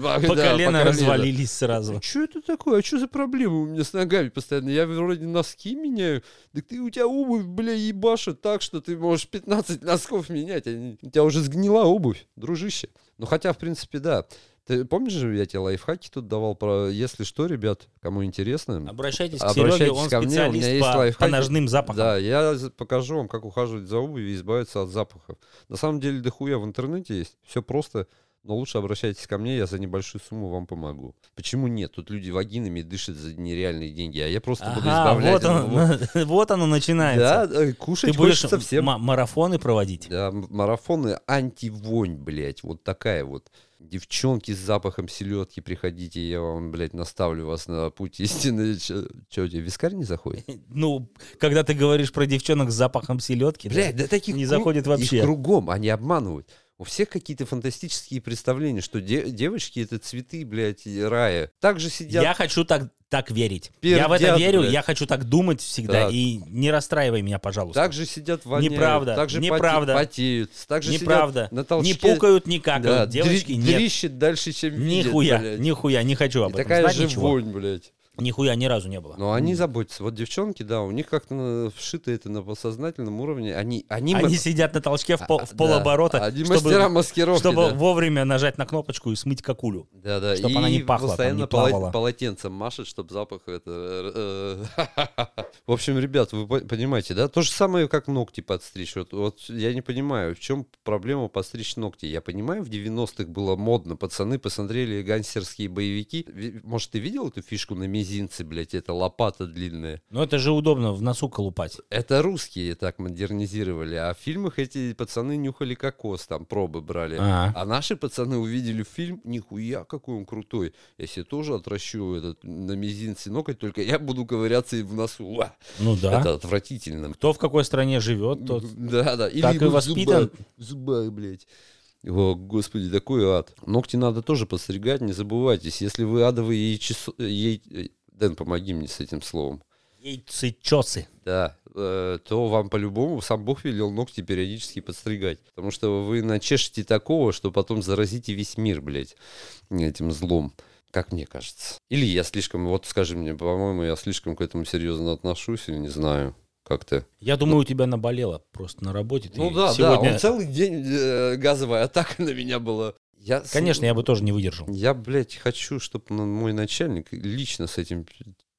Да,
по колено
колено.
развалились сразу.
Что это такое? А что за проблемы у меня с ногами постоянно? Я вроде носки меняю. Так ты у тебя обувь, бля, ебаша так, что ты можешь 15 носков менять. Они- У тебя уже сгнила обувь, дружище. Ну хотя, в принципе, да. Ты помнишь же, я тебе лайфхаки тут давал про... Если что, ребят, кому интересно,
Обращайтесь к
Обращайтесь
Сереге, он
ко мне, у меня
специалист
есть
по, по
лайфхаки.
ножным запахам.
Да, я за- покажу вам, как ухаживать за обувью и избавиться от запахов. На самом деле, дохуя в интернете есть. Все просто, но лучше обращайтесь ко мне, я за небольшую сумму вам помогу. Почему нет? Тут люди вагинами дышат за нереальные деньги, а я просто буду
Ага,
избавлять.
вот,
от того.
оно, вот оно
Да,
начинается.
э,
Ты
кушать
будешь
хочется всем.
ма- марафоны проводить.
Да, м- марафоны антивонь, блядь, вот такая вот. Девчонки с запахом селедки, приходите, я вам, блядь, наставлю вас на путь истины. Че, у тебя вискарь не заходит?
Ну, когда ты говоришь про девчонок с запахом селедки, да,
Блядь, да таких
не
кру-
заходит вообще.
Их кругом, они обманывают. У всех какие-то фантастические представления, что де- девочки это цветы, блядь, и рая. Так же
я...
сидят.
хочу так, так верить. я в это
Пердят,
верю,
блядь.
я хочу так думать всегда.
Да.
И не расстраивай меня, пожалуйста.
Так же сидят воняют,
Неправда,
так же поте-
неправда.
потеют, так же сидят
Неправда.
на
не
толчке,
пукают, не какают.
да,
Девочки,
дри-
нет.
дрищет дальше, чем видят,
Нихуя,
блядь.
нихуя, не хочу
И
об этом
такая
знать
же
ничего.
вонь, блядь.
Нихуя ни разу не было.
Но они заботятся. Вот девчонки, да, у них как-то на- вшито это на подсознательном уровне. Они, они, ма-
Они сидят на толчке в, пол- в
Да,
полоборота,
Они мастера
чтобы,
маскировки.
чтобы
да.
вовремя нажать на кнопочку и смыть какулю.
Да, да.
Чтоб
и
она не пахла, там,
постоянно
не плавала.
поло- полотенцем машет, чтобы запах это. э, В общем, ребят, вы по- понимаете, да? То же самое, как ногти подстричь. Вот, вот я не понимаю, в чем проблема подстричь ногти. Я понимаю, в 90-х было модно. Пацаны посмотрели гангстерские боевики. Ви- Может, ты видел эту фишку на мизинце, блядь, это лопата длинная?
Но это же удобно в носу колупать.
Это русские так модернизировали, а в фильмах эти пацаны нюхали кокос, там пробы брали.
Ага.
А наши пацаны увидели фильм, нихуя, какой он крутой. Я себе тоже отращу этот на мизинце ноготь, только я буду ковыряться и в носу. Уа!
Ну да.
Это отвратительно.
Кто в какой стране живет, тот...
Да, да. Или
так и
в
воспитан.
зубах, в зубах, блядь. О, господи, такой ад. Ногти надо тоже подстригать, не забывайтесь. Если вы адовые яйчесо... яй- э, Дэн, помоги мне с этим словом.
Яйцечосы.
Да, э, то вам по-любому сам Бог велел ногти периодически подстригать. Потому что вы начешете такого, что потом заразите весь мир, блядь, этим злом. Как мне кажется. Или я слишком, вот скажи мне, по-моему, я слишком к этому серьезно отношусь или не знаю. Как ты?
Я думаю, у тебя наболело просто на работе. Ты
Ну да,
сегодня...
да, он целый день э, газовая атака на меня была. Я, с-
Конечно, я бы тоже не выдержал.
Я, блядь, хочу, чтобы мой начальник лично с этим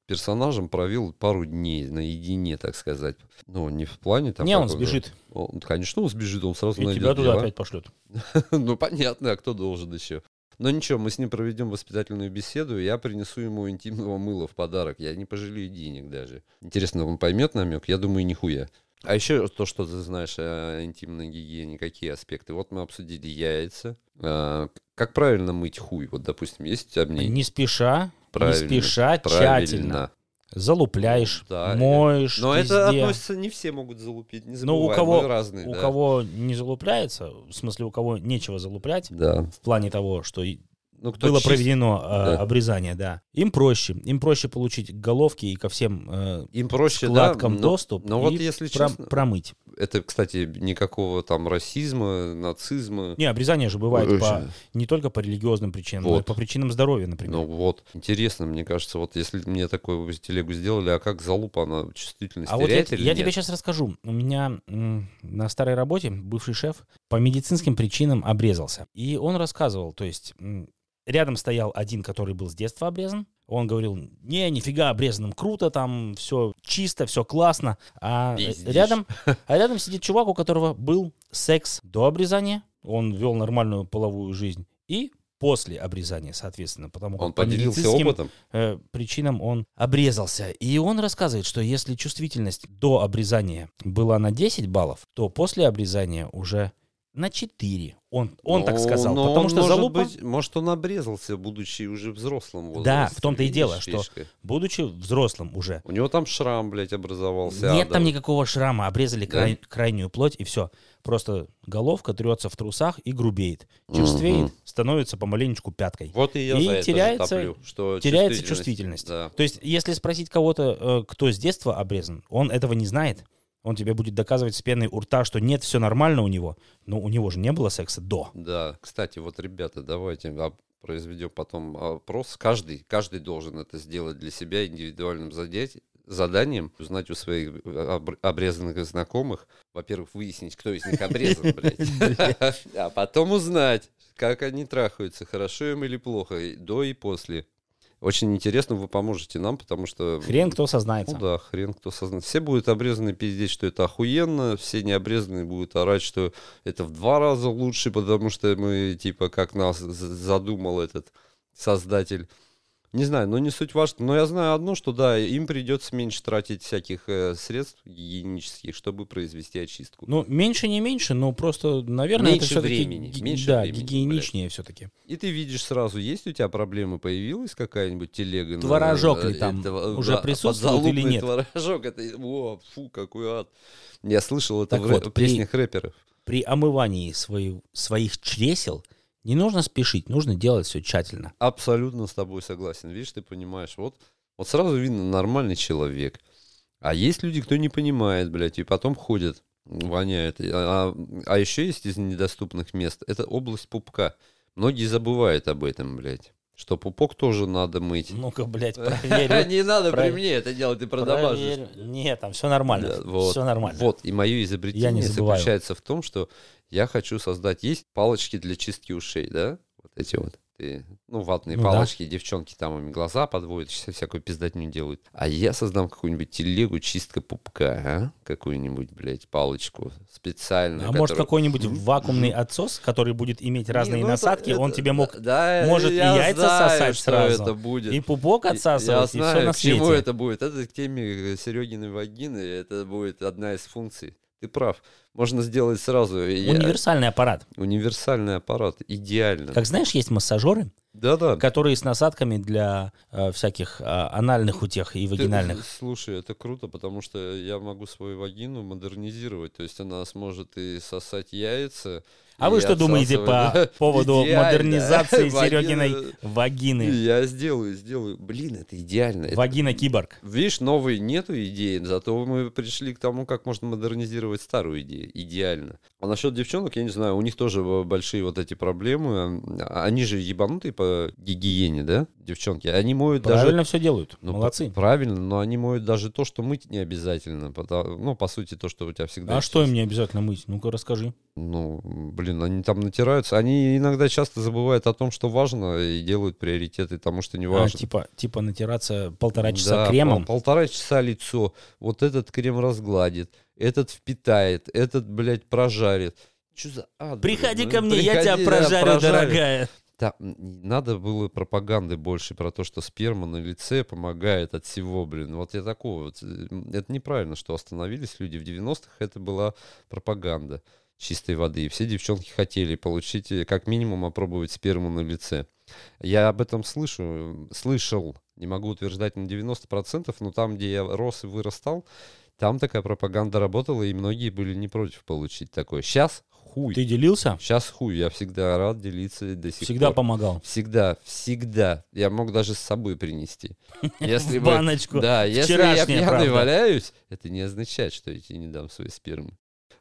персонажем провел пару дней наедине, так сказать. Ну, не в плане там...
не, он
какого-то-
сбежит.
Он, конечно, он сбежит, он сразу
И
найдет
тебя туда
дела.
опять пошлют.
Ну, понятно, а кто должен еще? Но ничего, мы с ним проведем воспитательную беседу, и я принесу ему интимного мыла в подарок. Я не пожалею денег даже. Интересно, он поймет намек? Я думаю, нихуя. А еще то, что ты знаешь о интимной гигиене, какие аспекты. Вот мы обсудили яйца. А, Как правильно мыть хуй? Вот, допустим, есть у тебя мнение?
Не спеша,
Правильно.
спеша,
правильно.
тщательно. Залупляешь,
Да,
моешь,
Но
везде.
это относится не все могут залупить, не
Ну,
забывай,
у кого-
мы разные.
У
да.
кого не залупляется, в смысле, у кого нечего залуплять,
Да.
в плане того, что и
Ну, кто
было
чист-
проведено э,
Да.
обрезание, да. Им проще. Им проще получить к головке и ко всем э,
Им проще, да.
вкладкам
но-
доступ
но вот
и
если
пром-
честно-
промыть.
Это, кстати, никакого там расизма, нацизма.
Не, обрезание же бывает по-
Вообще.
не только по религиозным причинам, но и
Вот.
по причинам здоровья, например.
Ну вот, интересно, мне кажется, вот если мне такую телегу сделали, а как залупа, она чувствительность
а вот я,
теряет или
я
нет?
тебе сейчас расскажу. У меня м, на старой работе бывший шеф по медицинским причинам обрезался. И он рассказывал, то есть м, рядом стоял один, который был с детства обрезан. Он говорил, не, нифига, обрезанным круто, там все чисто, все классно. А
Пиздишь.
рядом, а рядом сидит чувак, у которого был секс до обрезания. Он вел нормальную половую жизнь. И после обрезания, соответственно, потому как
Он
по
поделился
медицинским
опытом?
э, причинам он обрезался. И он рассказывает, что если чувствительность до обрезания была на 10 баллов, то после обрезания уже на 4. Он, он так
Ну,
сказал.
но
потому
он,
что
может
залупа,
быть, может, он обрезался, будучи уже взрослым возрастом.
Да, в том-то и дело,
видишь,
что-
фишка.
будучи взрослым уже,
У него там шрам, блядь, образовался.
нет
адом.
там никакого шрама, обрезали
Да.
край- крайнюю плоть и все. Просто головка трется в трусах и грубеет. Черствеет,
Мгм.
становится помаленечку пяткой.
Вот и я
И
за это же
теряется-
топлю, что
теряется чувствительность.
Да.
То есть, если спросить кого-то, э, кто с детства обрезан, он этого не знает. Он тебе будет доказывать с пеной у рта, что нет, все нормально у него. Но у него же не было секса до.
Да, кстати, вот, ребята, давайте а, произведем потом опрос. Каждый, каждый должен это сделать для себя индивидуальным задеть, заданием, узнать у своих э, обр- обрезанных знакомых, во-первых, выяснить, кто из них обрезан, блядь, а потом узнать, как они трахаются, хорошо им или плохо, и до и после. Очень интересно, вы поможете нам, потому что...
Хрен кто сознается.
Ну да, хрен кто сознает. Все будут обрезаны пиздеть, что это охуенно, все необрезанные будут орать, что это в два раза лучше, потому что мы, типа, как нас з- задумал этот создатель. Не знаю, но не суть важно. Но я знаю одно, что да, им придется меньше тратить всяких э, средств гигиенических, чтобы произвести очистку.
Ну, меньше не меньше, но просто, наверное,
Меньше
это все-таки
времени, меньше
да,
времени,
гигиеничнее все-таки.
И ты видишь сразу, есть у тебя проблемы, появилась какая-нибудь телега? на-
Творожок ли
э,
там
тво-
уже присутствует
подзалупный
или нет?
творожок, это, о, фу, какой ад. Я слышал это
Так
в
вот,
рэ-
при-
песнях рэперов.
При омывании свои- своих чресел не нужно спешить, нужно делать все тщательно.
Абсолютно с тобой согласен. Видишь, ты понимаешь, вот, вот сразу видно нормальный человек. А есть люди, кто не понимает, блядь, и потом ходят, воняют. А, еще есть из недоступных мест, это область пупка. Многие забывают об этом, блядь. Что пупок тоже надо мыть.
Ну-ка, блядь,
А,
проверь.
Не надо при
Правильно.
мне это делать, ты продамажишь.
проверь. Нет, там все нормально.
Да, вот.
Все нормально.
Вот, и мое изобретение
Я не забываю.
заключается в том, что я хочу создать... Есть палочки для чистки ушей, да? Вот эти вот. Ты, ну, ватные
Ну да.
палочки, девчонки там им глаза подводят, вся- всякую пиздатню делают. А я создам какую-нибудь телегу чистка пупка, а? Какую-нибудь, блядь, палочку специально.
А может
которая-
какой-нибудь вакуумный отсос, который будет иметь разные
Не, ну, это-
насадки, он
это-
тебе мог
да,
может и
я
яйца
знаю,
сосать
что
сразу,
это будет.
и пупок
Я
отсасывать, и
знаю,
все на
к чему
свете.
это будет. Это к теме Серегиной вагины. Это будет одна из функций. Ты прав. Можно сделать сразу. и я-
Универсальный аппарат.
Универсальный аппарат. Идеально.
Как знаешь, есть массажеры,
Да-да.
которые с насадками для э, всяких э, анальных утех и
Ты-
вагинальных.
слушай, это круто, потому что я могу свою вагину модернизировать. То есть она сможет и сосать яйца.
А
и
вы что думаете по
отсасывать.
поводу
Идеально.
модернизации
Вагина-
Серегиной вагины?
Я сделаю, сделаю. Блин, это идеально. Это
Вагина киборг.
Видишь, новой нету идеи, зато мы пришли к тому, как можно модернизировать старую идею. Идеально. А насчет девчонок, я не знаю, у них тоже э, большие вот эти проблемы. А Они же ебанутые по гигиене, да, девчонки? Они моют даже...
Правильно все делают.
Ну,
Молодцы.
п- Правильно, но они моют даже то, что мыть не обязательно. потому- ну, по сути, то, что у тебя всегда...
А
есть.
что им не обязательно мыть? Ну-ка расскажи. А,
Ну, блин, они там натираются. Они иногда часто забывают о том, что важно, и делают приоритеты тому, что не
А,
важно.
типа, типа натираться полтора
Да,
часа
пол-
кремом.
полтора часа лицо. Вот этот крем разгладит, этот впитает, этот, блядь, прожарит. Чё за ад?
Приходи
блин,
ко мне, я
приходи,
тебя
да,
прожарю,
прожарит.
дорогая.
Да, м, надо было пропаганды больше про то, что сперма на лице помогает от всего, блин. Вот я такого. вот, э, м, Это неправильно, что остановились люди в 90-х, это была пропаганда. чистой воды. И все девчонки хотели получить, э, как минимум, опробовать сперму на лице. Я об этом слышу, э, слышал, не могу утверждать на 90%, но там, где я рос и вырастал, там такая пропаганда работала, и многие были не против получить такое. Сейчас хуй.
Ты делился?
Сейчас хуй. Я всегда рад делиться и до сих
Всегда
пор.
помогал.
Всегда, всегда. Я мог даже с собой принести. Если
В
бы-
баночку.
Да, если я
Вчерашняя,
пьяный
правда.
валяюсь, это не означает, что я тебе не дам свою сперму.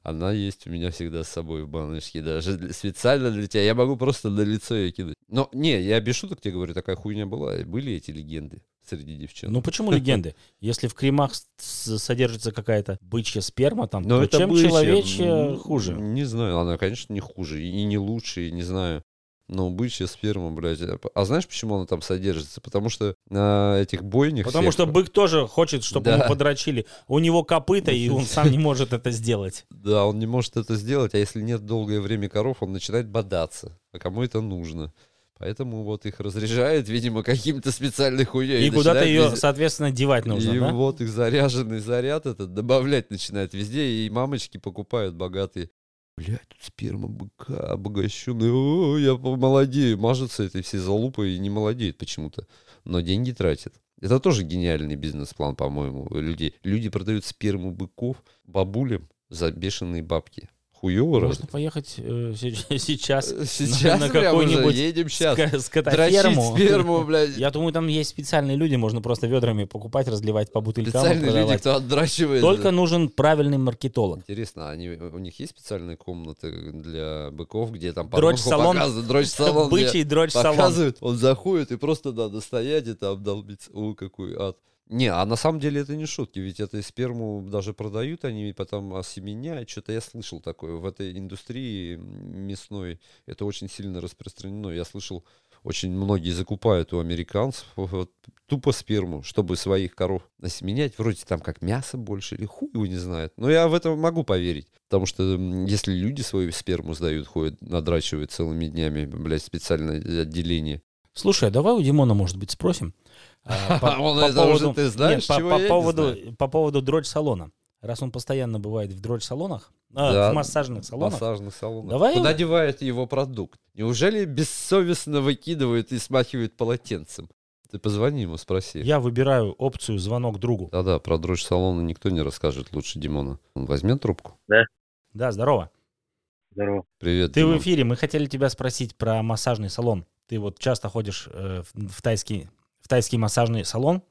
Она есть у меня всегда с собой в баночке, даже для- специально для тебя. Я могу просто на лицо ее кидать. Но не, я без шуток тебе говорю, такая хуйня была. И Были эти легенды среди девчонок.
Ну почему легенды? Если в кремах с- с- содержится какая-то бычья сперма, там,
Но
то
это
чем
бычья,
человечья
м,
хуже?
Не знаю, она, конечно, не хуже и не лучше, и не знаю. Но бычья сперма, блядь. А п- А знаешь, почему она там содержится? Потому что на этих бойнях
Потому
всех-
что бык тоже хочет, чтобы
Да.
ему подрочили. У него копыта, и он сам не может это сделать.
Да, он не может это сделать, а если нет долгое время коров, он начинает бодаться. А кому это нужно? Поэтому вот их разряжает, видимо, каким-то специальной хуей.
И куда-то
начинает
ее,
везде-
соответственно, девать
И
нужно, да?
вот их заряженный заряд этот добавлять начинает везде, и мамочки покупают богатые. Блядь, тут сперма быка обогащенная, о, я помолодею. Мажутся этой все залупы и не молодеют почему-то, но деньги тратят. Это тоже гениальный бизнес-план, по-моему, у людей. Люди продают сперму быков бабулям за бешеные бабки. Хуёво разве? Э,
Можно поехать э, се- сейчас
Сейчас
на
прям уже
какой-нибудь
едем сейчас.
к-
Дрочить
скотоферму.
сперму, блядь.
Я думаю, там есть специальные люди, можно просто ведрами покупать, разливать по бутылькам и
Специальные люди,
продавать.
кто отдрачивает.
Только нужен правильный маркетолог.
Интересно, они, э, у них есть специальные комнаты для быков, где там
Дрочь-салон.
дрочь-салон, где
Бычий дрочь-салон.
показывают, он заходит, и просто надо стоять и там долбиться. О, какой ад. Не, а на самом деле это не шутки, ведь это и сперму даже продают, они и потом осеменяют, что-то я слышал такое. В этой индустрии мясной это очень сильно распространено. Я слышал, очень многие закупают у американцев вот, тупо сперму, чтобы своих коров осеменять. Вроде там как мясо больше или хуй его не знает. Но я в это могу поверить. Потому что м, если люди свою сперму сдают, ходят, надрачивают целыми днями, блядь, специальное отделение.
Слушай, а давай у Димона, может быть, спросим. а, по-
Он
по
это уже
поводу-
ты знаешь,
Нет, по-
чего
по
я не
поводу-
знаю.
По поводу дрочь-салона. Раз он постоянно бывает в дрочь-салонах,
Да.
а, в массажных салонах,
Массажных салонов.
Давай
Куда
его-
девает его продукт? Неужели бессовестно выкидывают и смахивают полотенцем? Ты позвони ему, спроси.
я выбираю опцию «Звонок другу».
Да-да, про дрожь салона никто не расскажет лучше Димона. Он возьмет трубку.
Да, здорово.
Здорово.
Привет,
Ты в
Димон.
эфире, мы хотели тебя спросить про массажный салон. Ты вот часто ходишь э, в, в тайский, в тайский массажный салон.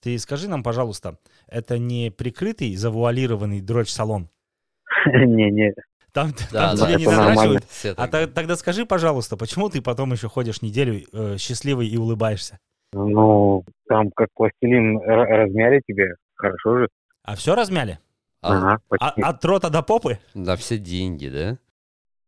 Ты скажи нам, пожалуйста, это не прикрытый, завуалированный дрочь-салон?
Не-не,
Там,
Да,
там
да,
тебе не
это нормально.
задрачивают?
Все
А
так
то- тогда скажи, пожалуйста, почему ты потом еще ходишь неделю э, счастливый и улыбаешься?
ну, там как пластилин р- размяли тебе, хорошо же.
А все размяли?
А,
Ага,
А-
почти.
от рота до попы?
На все деньги, да?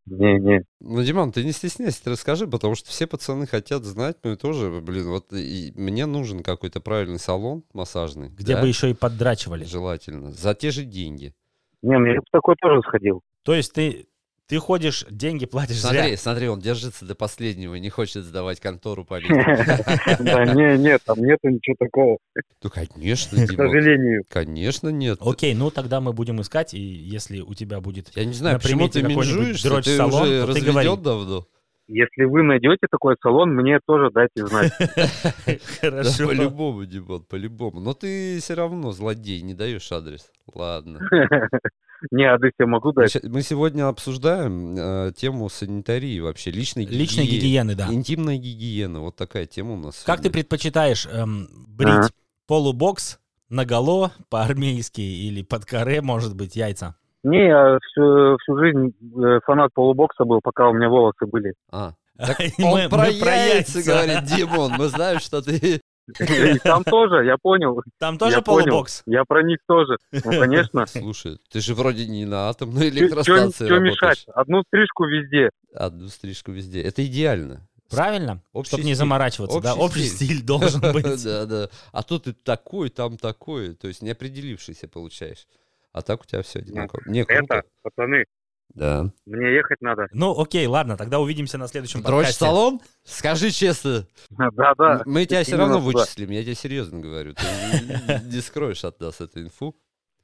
Не-не,
Ну, Диман, ты не стесняйся, ты расскажи, потому что все пацаны хотят знать, ну и тоже, блин, вот и мне нужен какой-то правильный салон массажный.
Где
да,
бы еще и поддрачивали.
Желательно. За те же деньги.
не, ну я бы в такой тоже сходил.
То есть ты, ты ходишь, деньги платишь
Смотри,
зря.
смотри, он держится до последнего, не хочет сдавать контору полиции.
Да не-не, там нету ничего такого,
Ну, конечно,
к
Димон.
сожалению.
Конечно, нет.
Окей, ну тогда мы будем искать, и если у тебя будет...
Я не знаю,
На
почему
примете
ты
какой-нибудь
менжуешь, ты уже
дрочь-салон, вот ты говори.
разведен давно.
Если вы найдете такой салон, мне тоже дайте знать.
Да,
Хорошо.
по-любому, Димон, по-любому. Но ты все равно злодей, не даешь адрес. Ладно.
Не, а адрес я могу
Мы
дать.
ща- Мы сегодня обсуждаем э, тему санитарии вообще, личной гигиены.
Личной гигиены, да.
Интимная гигиена, вот такая тема у нас.
Как ты
сегодня.
предпочитаешь эм, брить
Ага.
полубокс, наголо, по-армейски или под каре, может быть, яйца?
Не, я всю, всю жизнь э, фанат полубокса был, пока у меня волосы были.
А, так
И
он
мы- мы
про,
про
яйца,
яйца.
говорит, Димон, мы знаем, что ты...
И там тоже, я понял.
Там тоже
я понял.
полубокс?
Я про них тоже. Ну, конечно.
Слушай, ты же вроде не на атомной
Что
электростанции
мешать?
работаешь.
Одну стрижку везде.
Одну стрижку везде. Это идеально.
Правильно?
Общий
Чтобы не
стиль.
заморачиваться, да?
Общий
Общий
стиль.
стиль должен быть.
Да, да. А то ты такой, там такой. То есть не определившийся получаешь. А так у тебя все одинаково. Не,
Ну, Это,
круто.
пацаны,
Да.
мне ехать надо.
Ну, окей, ладно, тогда увидимся на следующем
Дрочь
подкасте.
салон? Скажи честно.
Да-да.
мы тебя все равно
именно туда.
вычислим, я тебе серьезно говорю. Ты не- не скроешь от нас эту инфу.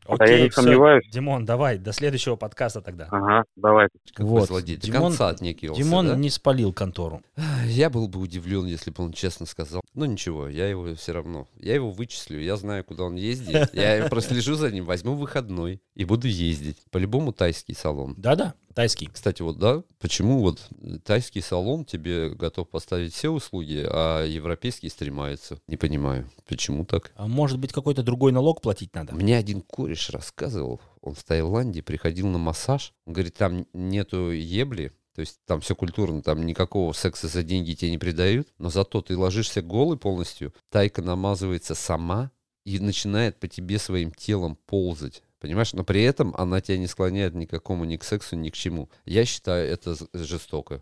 А я не
всё.
сомневаюсь. А,
Димон, давай, до следующего подкаста тогда.
Ага, давай.
Какой
Вот,
злодей, до
Димон-
конца отнекивался,
Димон
да?
не спалил контору.
Я был бы удивлен, если бы он честно сказал. Но ничего, я его все равно. Я его вычислю, я знаю, куда он ездит. Я прослежу за ним, возьму выходной и буду ездить. По-любому тайский салон.
Да-да, тайский.
Кстати, вот да, почему вот тайский салон тебе готов поставить все услуги, а европейский стремается? Не понимаю, почему так?
А может быть, какой-то другой налог платить надо?
Мне один кореш рассказывал, он в Таиланде приходил на массаж. Он говорит, там нету ебли, то есть там все культурно, там никакого секса за деньги тебе не придают, но зато ты ложишься голый полностью, тайка намазывается сама и начинает по тебе своим телом ползать. Понимаешь, но при этом она тебя не склоняет ни к какому, ни к сексу, ни к чему. Я считаю это з- жестоко.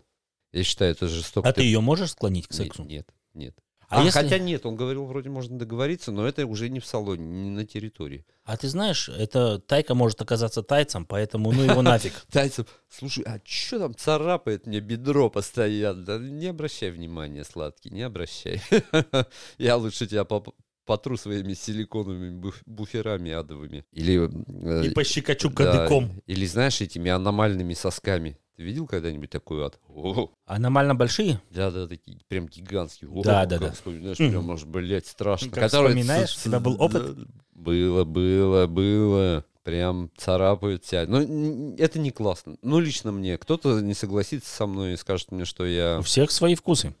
Я считаю это жестоко.
А ты ее можешь склонить к сексу?
Нет, нет.
А,
А,
если-
хотя нет, он говорил, вроде можно договориться, но это уже не в салоне, не на территории.
а ты знаешь, это тайка может оказаться тайцем, поэтому ну его нафиг.
Тайцев, слушай, а что там царапает мне бедро постоянно? Да не обращай внимания, сладкий, не обращай. Я лучше тебя поп- потру своими силиконовыми буф- буферами адовыми. Или... э,
И пощекочу
да,
кадыком.
Или, знаешь, этими аномальными сосками. Ты видел когда-нибудь такой ад? О,
Аномально большие?
да-да, такие прям гигантские. О,
Да-да-да.
как вспоминаешь,
Мгм.
прям аж, блядь, страшно.
Как
Которые
вспоминаешь,
ц-
у тебя был
ц-
опыт?
да, Было, было, было. Прям царапают тебя. Ну, н- это не классно. Ну, лично мне. Кто-то не согласится со мной и скажет мне, что я...
У всех свои вкусы.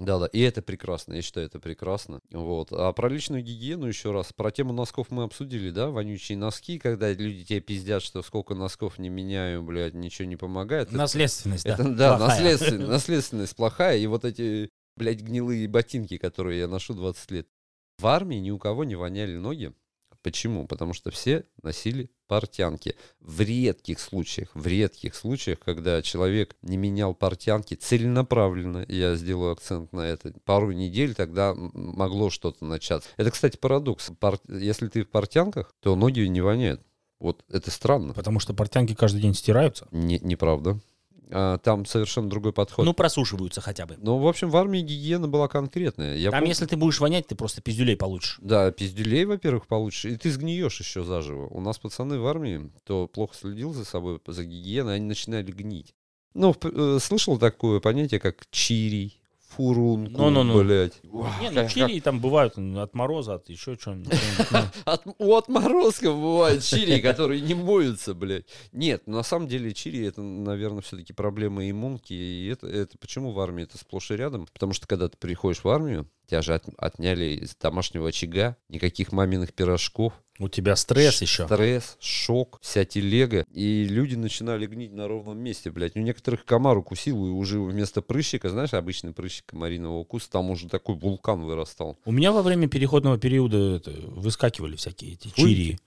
Да-да, и это прекрасно. Я считаю, это прекрасно. Вот. А про личную гигиену еще раз. Про тему носков мы обсудили, да? Вонючие носки, когда люди тебе пиздят, что сколько носков не меняю, блядь, ничего не помогает. Это
Наследственность, да.
это, да,
плохая.
наследствен- наследственность плохая. И вот эти, блядь, гнилые ботинки, которые я ношу 20 лет. В армии ни у кого не воняли ноги. Почему? Потому что все носили портянки. В редких случаях, в редких случаях, когда человек не менял портянки целенаправленно, я сделаю акцент на это, пару недель тогда м, могло что-то начаться. Это, кстати, парадокс. Пор- Если ты в портянках, то ноги не воняют. Вот это странно.
Потому что портянки каждый день стираются.
Не- неправда. А, там совершенно другой подход.
Ну, просушиваются хотя бы.
Ну, в общем, в армии гигиена была конкретная. Я
Там,
помню-
если ты будешь вонять, ты просто пиздюлей получишь.
Да, пиздюлей, во-первых, получишь, и ты сгниешь еще заживо. У нас пацаны в армии, кто плохо следил за собой, за гигиеной, они начинали гнить. Ну, в п- э, слышал такое понятие, как чирий, фурункул,
Ну-ну-ну.
блядь.
Не, ну чили там бывают м, от мороза, от еще чего-нибудь. ну,
От, у отморозков бывают чири, которые не моются, блядь. Нет, на самом деле чири это, наверное, все-таки проблема иммунки. И это, это почему в армии это сплошь и рядом? Потому что когда ты приходишь в армию, тебя же от- отняли из домашнего очага, никаких маминых пирожков,
ну, У тебя стресс еще.
стресс, шок, вся телега. И люди начинали гнить на ровном месте, блядь. У некоторых комар укусил, и уже вместо прыщика, знаешь, обычный прыщик комариного укуса, там уже такой вулкан вырастал.
У меня во время переходного периода это, выскакивали всякие эти
Фуй.
чири.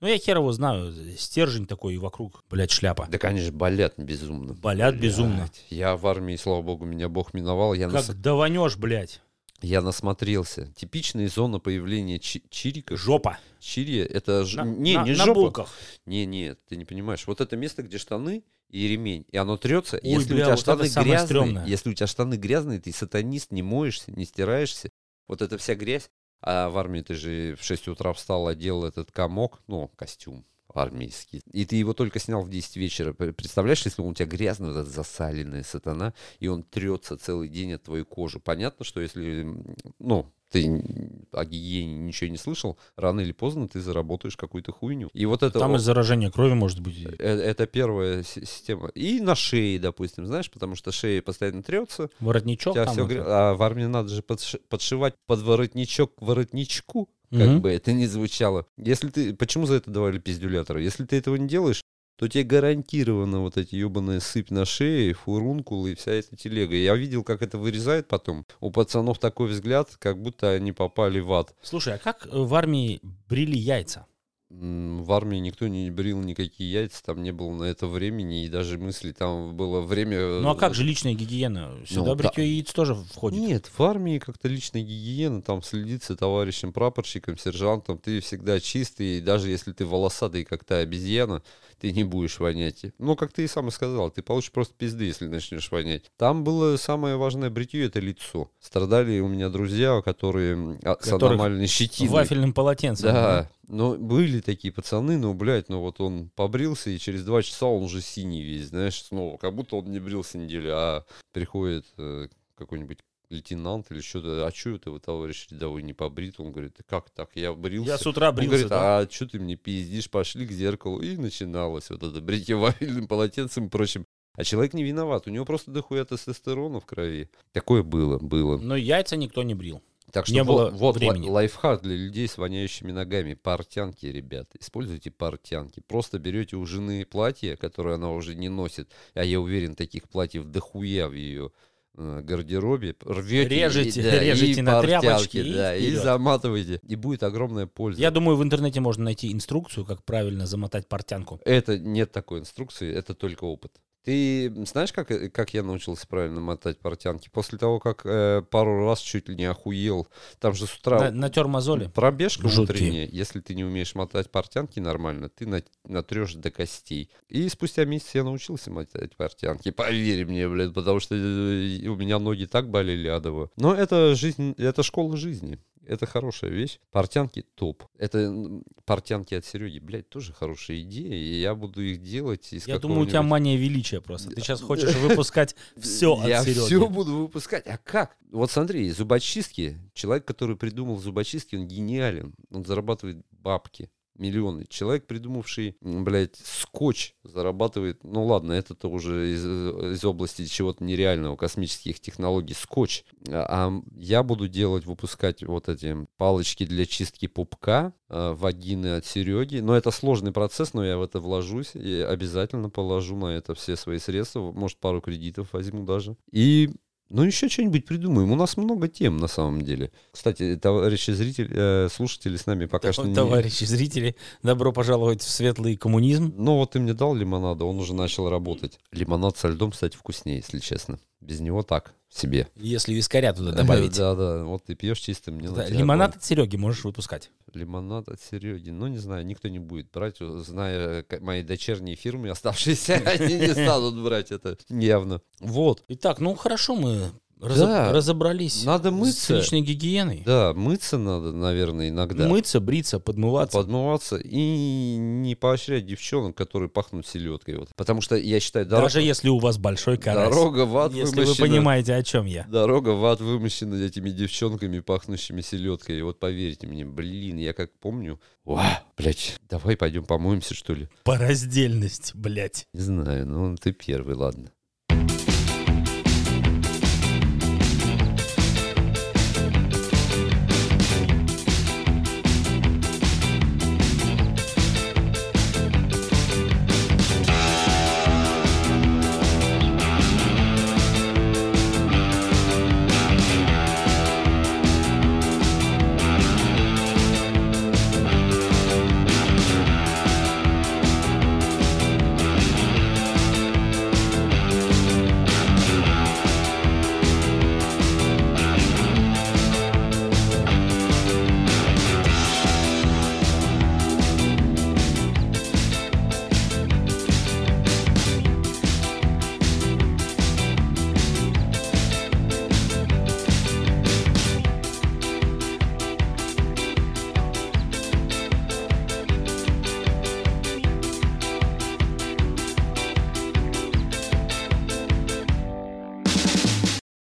Ну, я хер его знаю. Стержень такой и вокруг, блядь, шляпа.
Да, конечно, болят безумно.
Болят безумно.
Блядь, Ну, Я в армии, слава богу, меня бог миновал. Я, нас-
Как даванешь, блядь.
я насмотрелся. Типичная зона появления чи- чирика.
Жопа.
Чири это... ж-
На-
не,
на-
не
на
жопа.
булках.
Не, не, ты не понимаешь. Вот это место, где штаны и ремень, и оно трется.
Ой,
если
бля,
у тебя
вот это
штаны
самое
грязные,
стрёмное.
если у тебя штаны грязные, ты сатанист, не моешься, не стираешься. Вот эта вся грязь. А в армии ты же в 6 утра встал, одел этот комок, ну, костюм армейский. И ты его только снял в 10 вечера. Пр- Представляешь, если он у тебя грязный, вот этот засаленный сатана, и он трется целый день от твою кожу. Понятно, что если, м, ну, ты н- о гигиене ничего не слышал, рано или поздно ты заработаешь какую-то хуйню. И вот это...
Там
о-
и заражение крови может быть.
Э- Это первая си- система. И на шее, допустим, знаешь, потому что шея постоянно трется.
Воротничок
тебя
там.
всё
это.
гре- А в армии надо же подши- подшивать под воротничок к воротничку, как
Мгм.
бы это ни звучало. Если ты... Почему за это давали пиздюлятора? Если ты этого не делаешь, то тебе гарантированно вот эти ебаные сыпь на шее, фурункулы и вся эта телега. Я видел, как это вырезает потом. У пацанов такой взгляд, как будто они попали в ад.
Слушай, а как э, в армии брили яйца?
М, В армии никто не брил никакие яйца, там не было на это времени, и даже мысли там было время... э,
Ну а как же личная гигиена? Сюда
Ну да.
бритье яиц тоже входит.
Нет, в армии как-то личная гигиена, там следится товарищем прапорщиком, сержантом, ты всегда чистый, и даже если ты волосатый, как та обезьяна, ты не будешь вонять. Ну, как ты и сам и сказал, ты получишь просто пизды, если начнешь вонять. Там было самое важное бритье — это лицо. Страдали у меня друзья, которые м, а, с
Которых
аномальной щетиной.
Вафельным полотенцем.
Да, Но были такие пацаны, но, блядь, ну вот он побрился, и через два часа он уже синий весь, знаешь, снова. Как будто он не брился неделю, а приходит э, какой-нибудь лейтенант или что-то, а что это вы, товарищ рядовой, не побрит? Он говорит, «Да как так, я брился.
Я с утра
Он
брился,
говорит,
да?
а что ты мне пиздишь, пошли к зеркалу. И начиналось вот это бритье вафельным полотенцем и прочим. А человек не виноват, у него просто дохуя тестостерона в крови. Такое было, было.
Но яйца никто не брил.
Так что
Не было
вот, вот лай-
времени.
лайфхак для людей с воняющими ногами. Портянки, ребят. Используйте портянки. Просто берете у жены платье, которое она уже не носит, а я уверен, таких платьев дохуя в ее э, гардеробе, рвете
Режете,
и, да,
режете
и
на
портянки,
тряпочки и
да, и
вперед.
заматываете. И будет огромная польза.
Я думаю, в интернете можно найти инструкцию, как правильно замотать портянку.
Это нет такой инструкции, это только опыт. Ты знаешь, как, э, как я научился правильно мотать портянки? После того, как э, пару раз чуть ли не охуел, там же с утра
На- натер мозоли.
Пробежка
Жуткие.
утренняя, если ты не умеешь мотать портянки нормально, ты на- натрешь до костей. И спустя месяц я научился мотать портянки, поверь мне, блядь, потому что э, у меня ноги так болели адово. Но это жизнь, это школа жизни. Это хорошая вещь. Портянки топ. Это м, портянки от Сереги, блядь, тоже хорошая идея. И я буду их делать из
Я думаю, у тебя
какого-нибудь-
мания величия просто. Ты сейчас хочешь выпускать все
я
от
все
Сереги.
буду выпускать. А как? Вот смотри, зубочистки. Человек, который придумал зубочистки, он гениален. Он зарабатывает бабки. Миллионы. Человек, придумавший, м, блядь, скотч, зарабатывает, ну ладно, это-то уже из, э, из области чего-то нереального, космических технологий, скотч. А, а я буду делать, выпускать вот эти палочки для чистки пупка, э, вагины от Сереги. Но это сложный процесс, но я в это вложусь и обязательно положу на это все свои средства. Может, пару кредитов возьму даже. И ну, еще что-нибудь придумаем. У нас много тем, на самом деле. Кстати, товарищи зрители, э, слушатели с нами пока что не...
Товарищи зрители, добро пожаловать в светлый коммунизм.
Ну, вот ты мне дал лимонада, он уже начал работать. Лимонад со льдом, кстати, вкуснее, если честно. Без него так, себе.
Если вискаря туда добавить.
Да, да, вот ты пьешь чистым. не на
Да,
тебя
Лимонад от Сереги можешь выпускать.
огонь. Лимонад от Сереги. Ну, не знаю, никто не будет брать, зная к- мои дочерние фирмы, оставшиеся, они не станут брать это явно. Вот.
Итак, ну хорошо, мы разо-
Да.
разобрались
Надо
с
мыться.
личной гигиеной.
Да, мыться надо, наверное, иногда.
Мыться, бриться, подмываться.
Подмываться и не поощрять девчонок, которые пахнут селедкой. Вот. Потому что я считаю, дор-
Даже если у вас большой карась.
дорога в ад
Если вы
вымощена-
понимаете, о чем я.
Дорога в ад вымощена этими девчонками, пахнущими селедкой. И вот поверьте мне, блин, я как помню. Ва, блядь, давай пойдем помоемся, что ли?
По раздельности, блядь.
Не знаю, ну ты первый, ладно.